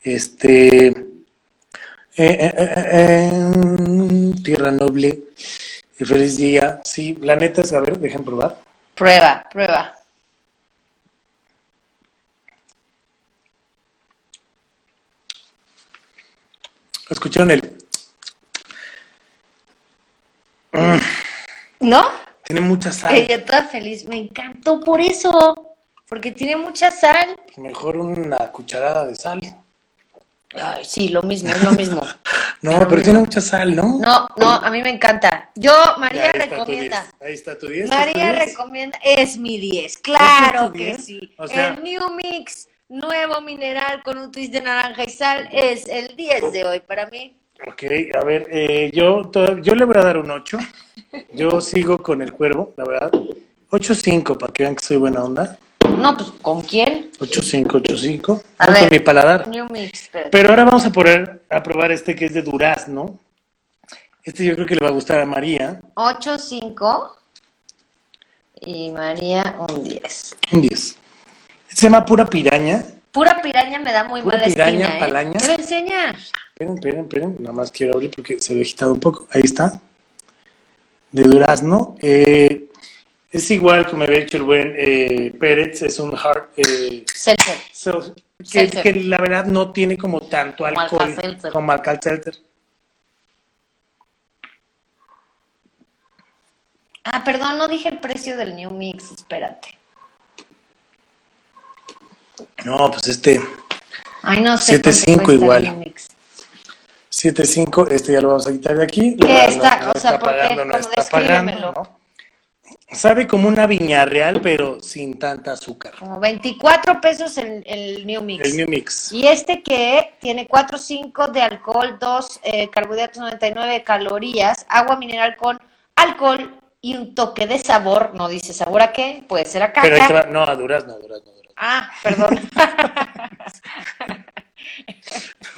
C: Este, eh, eh, eh, eh, em, Tierra Noble, feliz día. Sí, la neta es, a ver, dejen probar.
B: Prueba, prueba.
C: Escucharon el,
B: ¿No?
C: tiene mucha sal,
B: Ella toda feliz. Me encantó por eso. Porque tiene mucha sal.
C: mejor una cucharada de sal.
B: Ay, sí, lo mismo, es lo mismo.
C: No, pero tiene mucha sal, ¿no?
B: No, no, a mí me encanta. Yo, María
C: Ahí está tu
B: recomienda.
C: 10, Ahí está tu 10. ¿es tu
B: María
C: 10?
B: recomienda, es mi 10, claro
C: ¿Es tu
B: que
C: 10?
B: sí.
C: O sea-
B: el New Mix, nuevo mineral con un twist de naranja y sal, es el 10 de hoy para mí.
C: Ok, a ver, eh, yo, to- yo le voy a dar un 8. Yo sigo con el cuervo, la verdad. 8-5, para que vean que soy buena onda.
B: No, pues, ¿con quién?
C: 8-5, 8-5.
B: A
C: Con
B: ver.
C: mi paladar.
B: New Mix, pero-
C: Pero ahora vamos a, poner, a probar este que es de durazno. Este yo creo que le va a gustar a María.
B: 8, 5 y María un 10.
C: Un 10. Este se llama Pura Piraña.
B: Pura piraña me da muy
C: Pura
B: mala
C: piraña,
B: espina, ¿eh?
C: palaña.
B: Me lo enseña.
C: Esperen, esperen, esperen. Nada más quiero abrir porque se había agitado un poco. Ahí está. De Durazno. Eh, es igual como había hecho el buen eh, Pérez. Es un hard. eh,
B: Seltzer.
C: so- que,
B: Seltzer.
C: que la verdad no tiene como tanto
B: Como
C: alcohol
B: Alka-Seltzer.
C: como alcal seltzer.
B: Ah, perdón, no dije el precio del New Mix, espérate.
C: No, pues este
B: Ay, no sé.
C: Siete,
B: cuánto
C: cinco
B: cuesta el
C: igual.
B: New Mix.
C: 7.5, este ya lo vamos a quitar de aquí.
B: ¿Qué
C: No,
B: está?
C: no
B: O sea, ¿por qué?
C: pagando, no
B: Como
C: está pagando,
B: descríbemelo.
C: ¿no? Sabe como una viña real, pero sin tanta azúcar.
B: Como 24 pesos el, el New Mix.
C: El New Mix.
B: Y este que tiene 4,5 de alcohol, 2 eh, carbohidratos, 99 calorías, agua mineral con alcohol y un toque de sabor. No dice sabor a qué, puede ser a caca.
C: Pero ahí te va- no, a durazno, a durazno, a durazno.
B: Ah, perdón.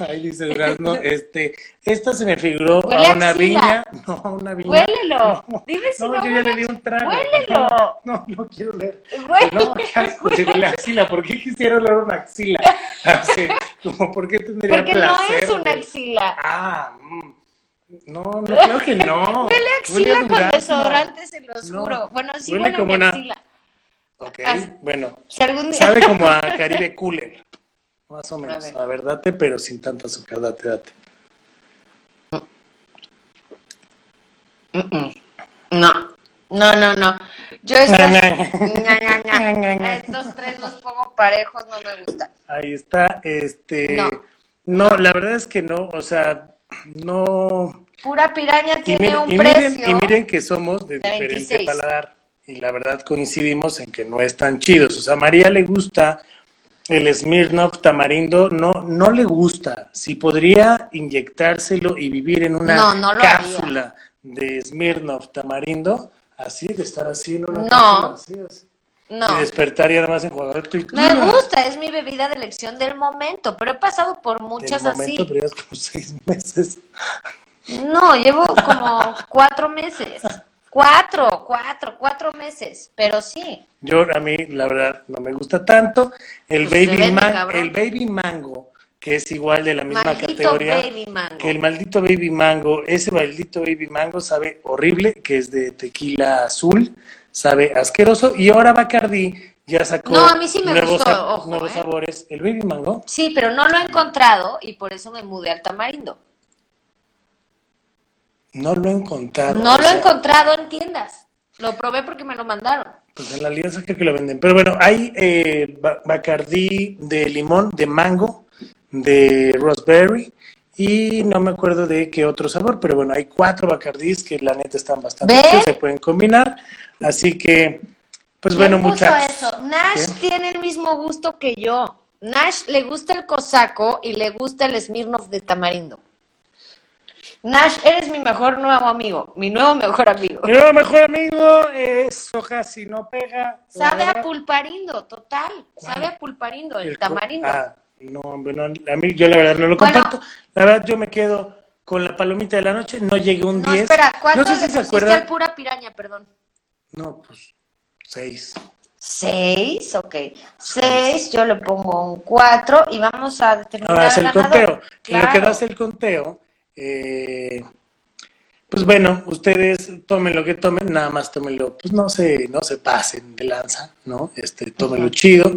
C: Ahí dice Durazno, este, esta se me figuró
B: Huele
C: a una
B: a
C: viña,
B: axila.
C: no, a una viña.
B: Huélelo.
C: No,
B: Dime si
C: no,
B: no
C: yo ya le
B: huele.
C: di un trago.
B: Huélelo.
C: No, no quiero leer.
B: Huele-
C: No, qué asco, se huele a axila, ¿por qué quisiera oler una axila? Así, como, ¿por qué tendría
B: Porque no
C: placer?
B: es una
C: de-
B: axila.
C: Ah, mm. No, no, creo que
B: Huele a
C: no. Huele
B: axila con
C: durazno.
B: desodorante, se los
C: No.
B: juro. Bueno, sí
C: Huele
B: huele,
C: como
B: a
C: una-
B: axila.
C: Ok,
B: Ah.
C: bueno.
B: Si algún día...
C: Sabe como a Caribe Cooler. Más o menos.
B: A ver.
C: A ver, date, pero sin tanta azúcar, date, date.
B: No, no, no, no. Yo estas...
C: Na,
B: Ña, ña, ña. A Estos tres los pongo parejos, no me gusta.
C: Ahí está, este.
B: No.
C: No. la verdad es que no, o sea, no.
B: Pura piraña
C: Y,
B: tiene
C: mi-
B: un
C: y
B: precio.
C: miren, y miren que somos de
B: de
C: diferente
B: 26.
C: paladar y la verdad coincidimos en que no están chidos. O sea, a María le gusta el Smirnoff tamarindo, no, no le gusta. Si podría inyectárselo y vivir en una
B: No, no lo haría.
C: cápsula de Smirnoff tamarindo, así, de estar así en una
B: No.
C: cápsula, así, así.
B: No.
C: Y despertar y además enjuagar tu
B: Me gusta, es mi bebida de elección del momento, pero he pasado por muchas así.
C: Pero ya es como seis meses.
B: No, llevo como cuatro meses. Cuatro, cuatro, cuatro meses. Pero sí.
C: Yo a mí la verdad no me gusta tanto el
B: Pues
C: baby
B: vete,
C: man-
B: cabrón.
C: el baby mango que es igual de la misma
B: Maldito
C: categoría
B: baby mango.
C: que el maldito baby mango ese maldito baby mango sabe horrible que es de tequila azul sabe asqueroso y ahora Bacardi ya sacó
B: No, a mí sí me
C: nuevos,
B: gustó,
C: sa-
B: ojo,
C: nuevos
B: ¿eh?
C: sabores el baby mango
B: Sí, pero no lo he encontrado y por eso me mudé al tamarindo.
C: no lo he encontrado
B: No
C: o
B: lo he
C: sea,
B: encontrado en tiendas. Lo probé porque me lo mandaron.
C: Pues en la alianza creo que lo venden. Pero bueno, hay eh, ba- Bacardí de limón, de mango, de raspberry y no me acuerdo de qué otro sabor, pero bueno, hay cuatro Bacardís que la neta están bastante
B: ¿Ven?
C: chidos, se pueden combinar. Así que, pues bueno,
B: ¿Quién puso
C: muchachos.
B: eso? Nash tiene el mismo gusto que yo. Nash le gusta el cosaco y le gusta el Smirnoff de tamarindo. Nash, eres mi mejor nuevo amigo, mi nuevo mejor amigo.
C: Mi nuevo mejor amigo, eh, eso casi no pega. la
B: Sabe a
C: verdad.
B: pulparindo, total. Sabe a pulparindo, el tamarindo.
C: Ah, no, hombre, no, a mí yo la verdad no lo
B: Bueno.
C: comparto. La verdad yo me quedo con la palomita de la noche, no llegué a un
B: No,
C: 10.
B: espera, ¿cuánto
C: no sé si
B: le
C: se
B: pusiste
C: acuerdan.
B: al pura piraña, perdón?
C: No, pues seis.
B: Seis, ok. Seis, yo le pongo un cuatro y vamos a determinar
C: Ahora hace
B: al
C: Ah, el
B: ganador.
C: conteo. En lo que
B: Claro.
C: das el conteo, eh, pues bueno, ustedes tomen lo que tomen, nada más tómenlo, pues no se, no se pasen de lanza, ¿no? Este, tómenlo chido.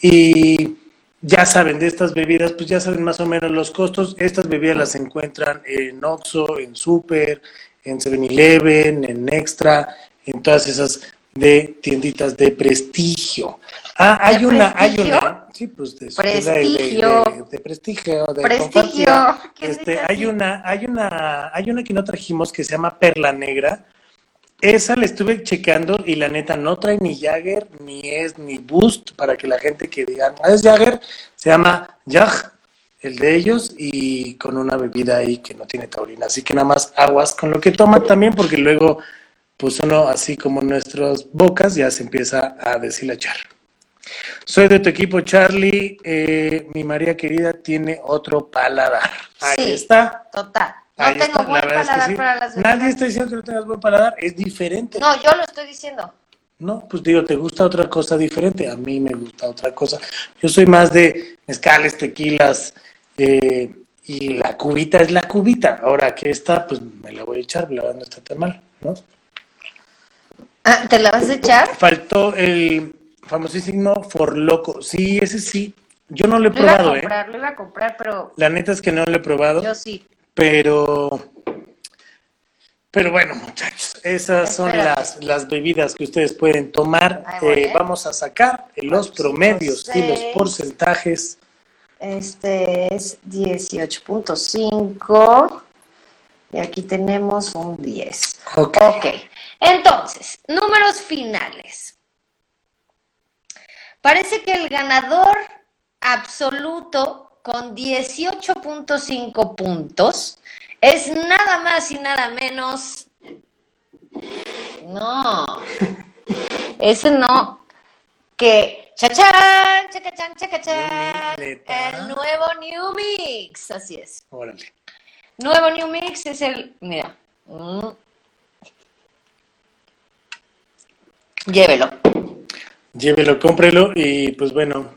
C: Y ya saben de estas bebidas, pues ya saben más o menos los costos. Estas bebidas las encuentran en Oxxo, en Super, en 7-Eleven, en Extra, en todas esas de tienditas de prestigio. Ah, hay
B: ¿De
C: una,
B: prestigio?
C: hay una, sí, pues de de- de- de-
B: Prestigio.
C: de- de prestigio, de
B: Prestigio.
C: compartida.
B: ¿Quién
C: Este,
B: dice así?
C: hay una, hay una, hay una que no trajimos que se llama Perla Negra. Esa la estuve checando y la neta no trae ni Jagger, ni es, ni Boost, para que la gente que diga, "Ah, es Jagger, se llama Jag, el de ellos, y con una bebida ahí que no tiene taurina. Así que nada más aguas con lo que toman también, porque luego, pues uno, así como nuestras bocas, ya se empieza a deshilachar. Soy de tu equipo, Charlie. Eh, mi María querida tiene otro paladar. Ahí
B: Sí.
C: está.
B: Total. No
C: ahí
B: tengo
C: está. La
B: buen
C: verdad es que
B: paladar
C: sí.
B: para las
C: Nadie
B: bebidas.
C: está diciendo que no tengas buen paladar. Es diferente. No.
B: No, yo lo estoy diciendo.
C: pues digo, te gusta otra cosa diferente. A mí me gusta otra cosa. Yo soy más de mezcales, tequilas. eh, y la cubita es la cubita. Ahora que está, pues me la voy a echar. La verdad no está tan mal. ¿no?
B: Ah, ¿Te la vas a echar?
C: Faltó el famosísimo Forloco. Sí, ese sí. Yo no lo he
B: Lo iba a
C: probado, ¿eh?
B: comprar, lo iba a comprar, pero
C: La neta es que no lo he probado,
B: yo sí.
C: pero pero bueno, muchachos, esas son
B: Espérate.
C: las, las bebidas que ustedes pueden tomar.
B: Ahí voy,
C: Eh,
B: ¿eh?
C: Vamos a sacar los promedios y los
B: seis.
C: porcentajes.
B: Este es 18.5 y aquí tenemos un 10.
C: Ok.
B: Ok, entonces, números finales. Parece que el ganador absoluto con 18.5 puntos es nada más y nada menos... No, ese no, que... Chachán, chacachán, chacachán,
C: Neta.
B: el nuevo New Mix, así es.
C: Órale.
B: Nuevo New Mix es el. Mira. Mm. Llévelo.
C: Llévelo, cómprelo y pues bueno,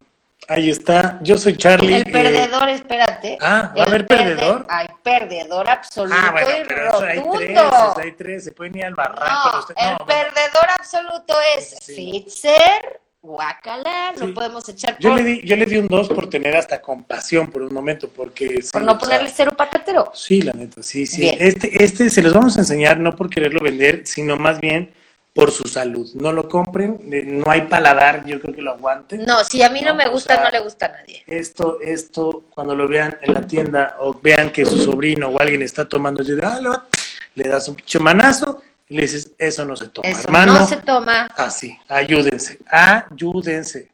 C: Ahí está. Yo soy Charlie.
B: El
C: eh,
B: perdedor, espérate.
C: Ah, ¿va a
B: El
C: haber
B: perde-
C: perdedor?
B: Ay, perdedor absoluto
C: Ah, bueno,
B: y
C: pero eso hay
B: rotundo.
C: tres, eso hay tres, se pueden ir al barranco.
B: No,
C: los tres.
B: el
C: No, bueno,
B: perdedor absoluto es Fitzer, Guacala, no
C: Sí.
B: podemos echar
C: yo,
B: por,
C: le di, yo le di un dos por tener hasta compasión por un momento, porque... sí,
B: por
C: o
B: no
C: sea,
B: ponerle cero pacatero.
C: Sí, la neta, sí, sí.
B: Bien.
C: Este, este se los vamos a enseñar no por quererlo vender, sino más bien por su salud. No lo compren, eh, no hay paladar, yo creo que lo aguante.
B: No, si a mí no,
C: No,
B: me
C: o
B: gusta,
C: sea,
B: no le gusta a nadie.
C: Esto, esto, cuando lo vean en la tienda o vean que su sobrino o alguien está tomando, yo digo, "Ah, le va", le das un pinche manazo y le dices, eso no se toma,
B: Eso
C: hermano.
B: no se toma.
C: Así, ayúdense, ayúdense.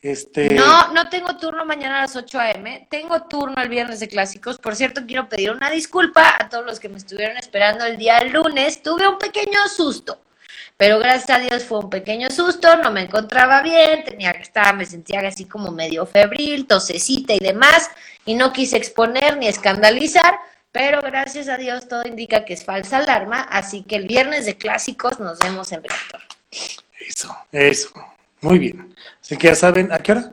C: Este,
B: No, no tengo turno mañana a las 8 a.m. Tengo turno el viernes de clásicos. Por cierto, quiero pedir una disculpa a todos los que me estuvieron esperando el día lunes. Tuve un pequeño susto, pero gracias a Dios fue un pequeño susto. No me encontraba bien, tenía que estar, me sentía así como medio febril, tosecita y demás. Y no quise exponer ni escandalizar, pero gracias a Dios todo indica que es falsa alarma. Así que el viernes de clásicos nos vemos en reactor.
C: eso, eso. Muy bien. Así que ya saben, ¿a qué hora?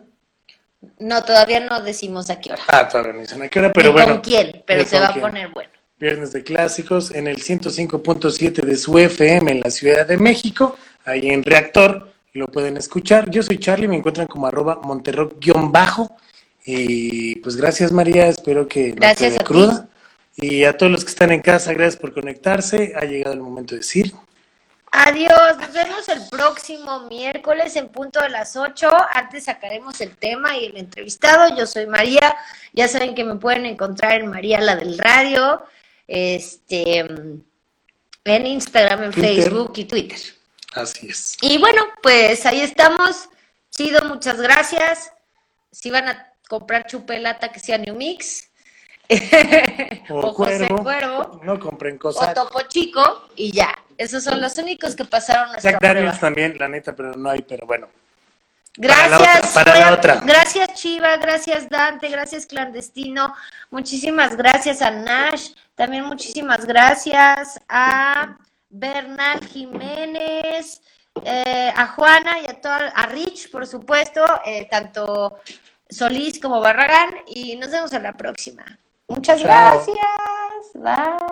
B: No, todavía no decimos a qué hora.
C: Ah, todavía no dicen a qué hora, pero
B: ni
C: bueno.
B: con quién, pero
C: ni
B: se
C: con
B: va a
C: quién.
B: poner bueno.
C: Viernes de Clásicos en el 105.7 de su FM en la Ciudad de México, ahí en Reactor, lo pueden escuchar. Yo soy Charlie, me encuentran como arroba monterrock-bajo. Y pues gracias María, espero que
B: Gracias a
C: no quede
B: ti.
C: cruda. Y a todos los que están en casa, gracias por conectarse. Ha llegado el momento de decir.
B: Adiós, nos vemos el próximo miércoles en punto de las 8. Antes sacaremos el tema y el entrevistado. Yo soy María, ya saben que me pueden encontrar en María la del Radio, este en Instagram, en
C: Twitter.
B: Facebook y Twitter.
C: Así es.
B: Y bueno, pues ahí estamos. Chido, muchas gracias. Si van a comprar chupelata, que sea New Mix. o, José Cuervo.
C: No compren
B: o
C: cosas.
B: Topo Chico y ya. Esos son los únicos que pasaron nuestra
C: Jack Daniels
B: prueba.
C: también, la neta, pero no hay, pero bueno. para la otra,
B: Gracias.
C: para la
B: Juan.
C: otra.
B: Gracias Chiva, gracias Dante, gracias Clandestino. Muchísimas gracias a Nash. También muchísimas gracias a Bernal Jiménez, eh, a Juana y a toda, a Rich, por supuesto, eh, tanto Solís como Barragán. Y nos vemos en la próxima. Muchas
C: Chao.
B: gracias. Bye.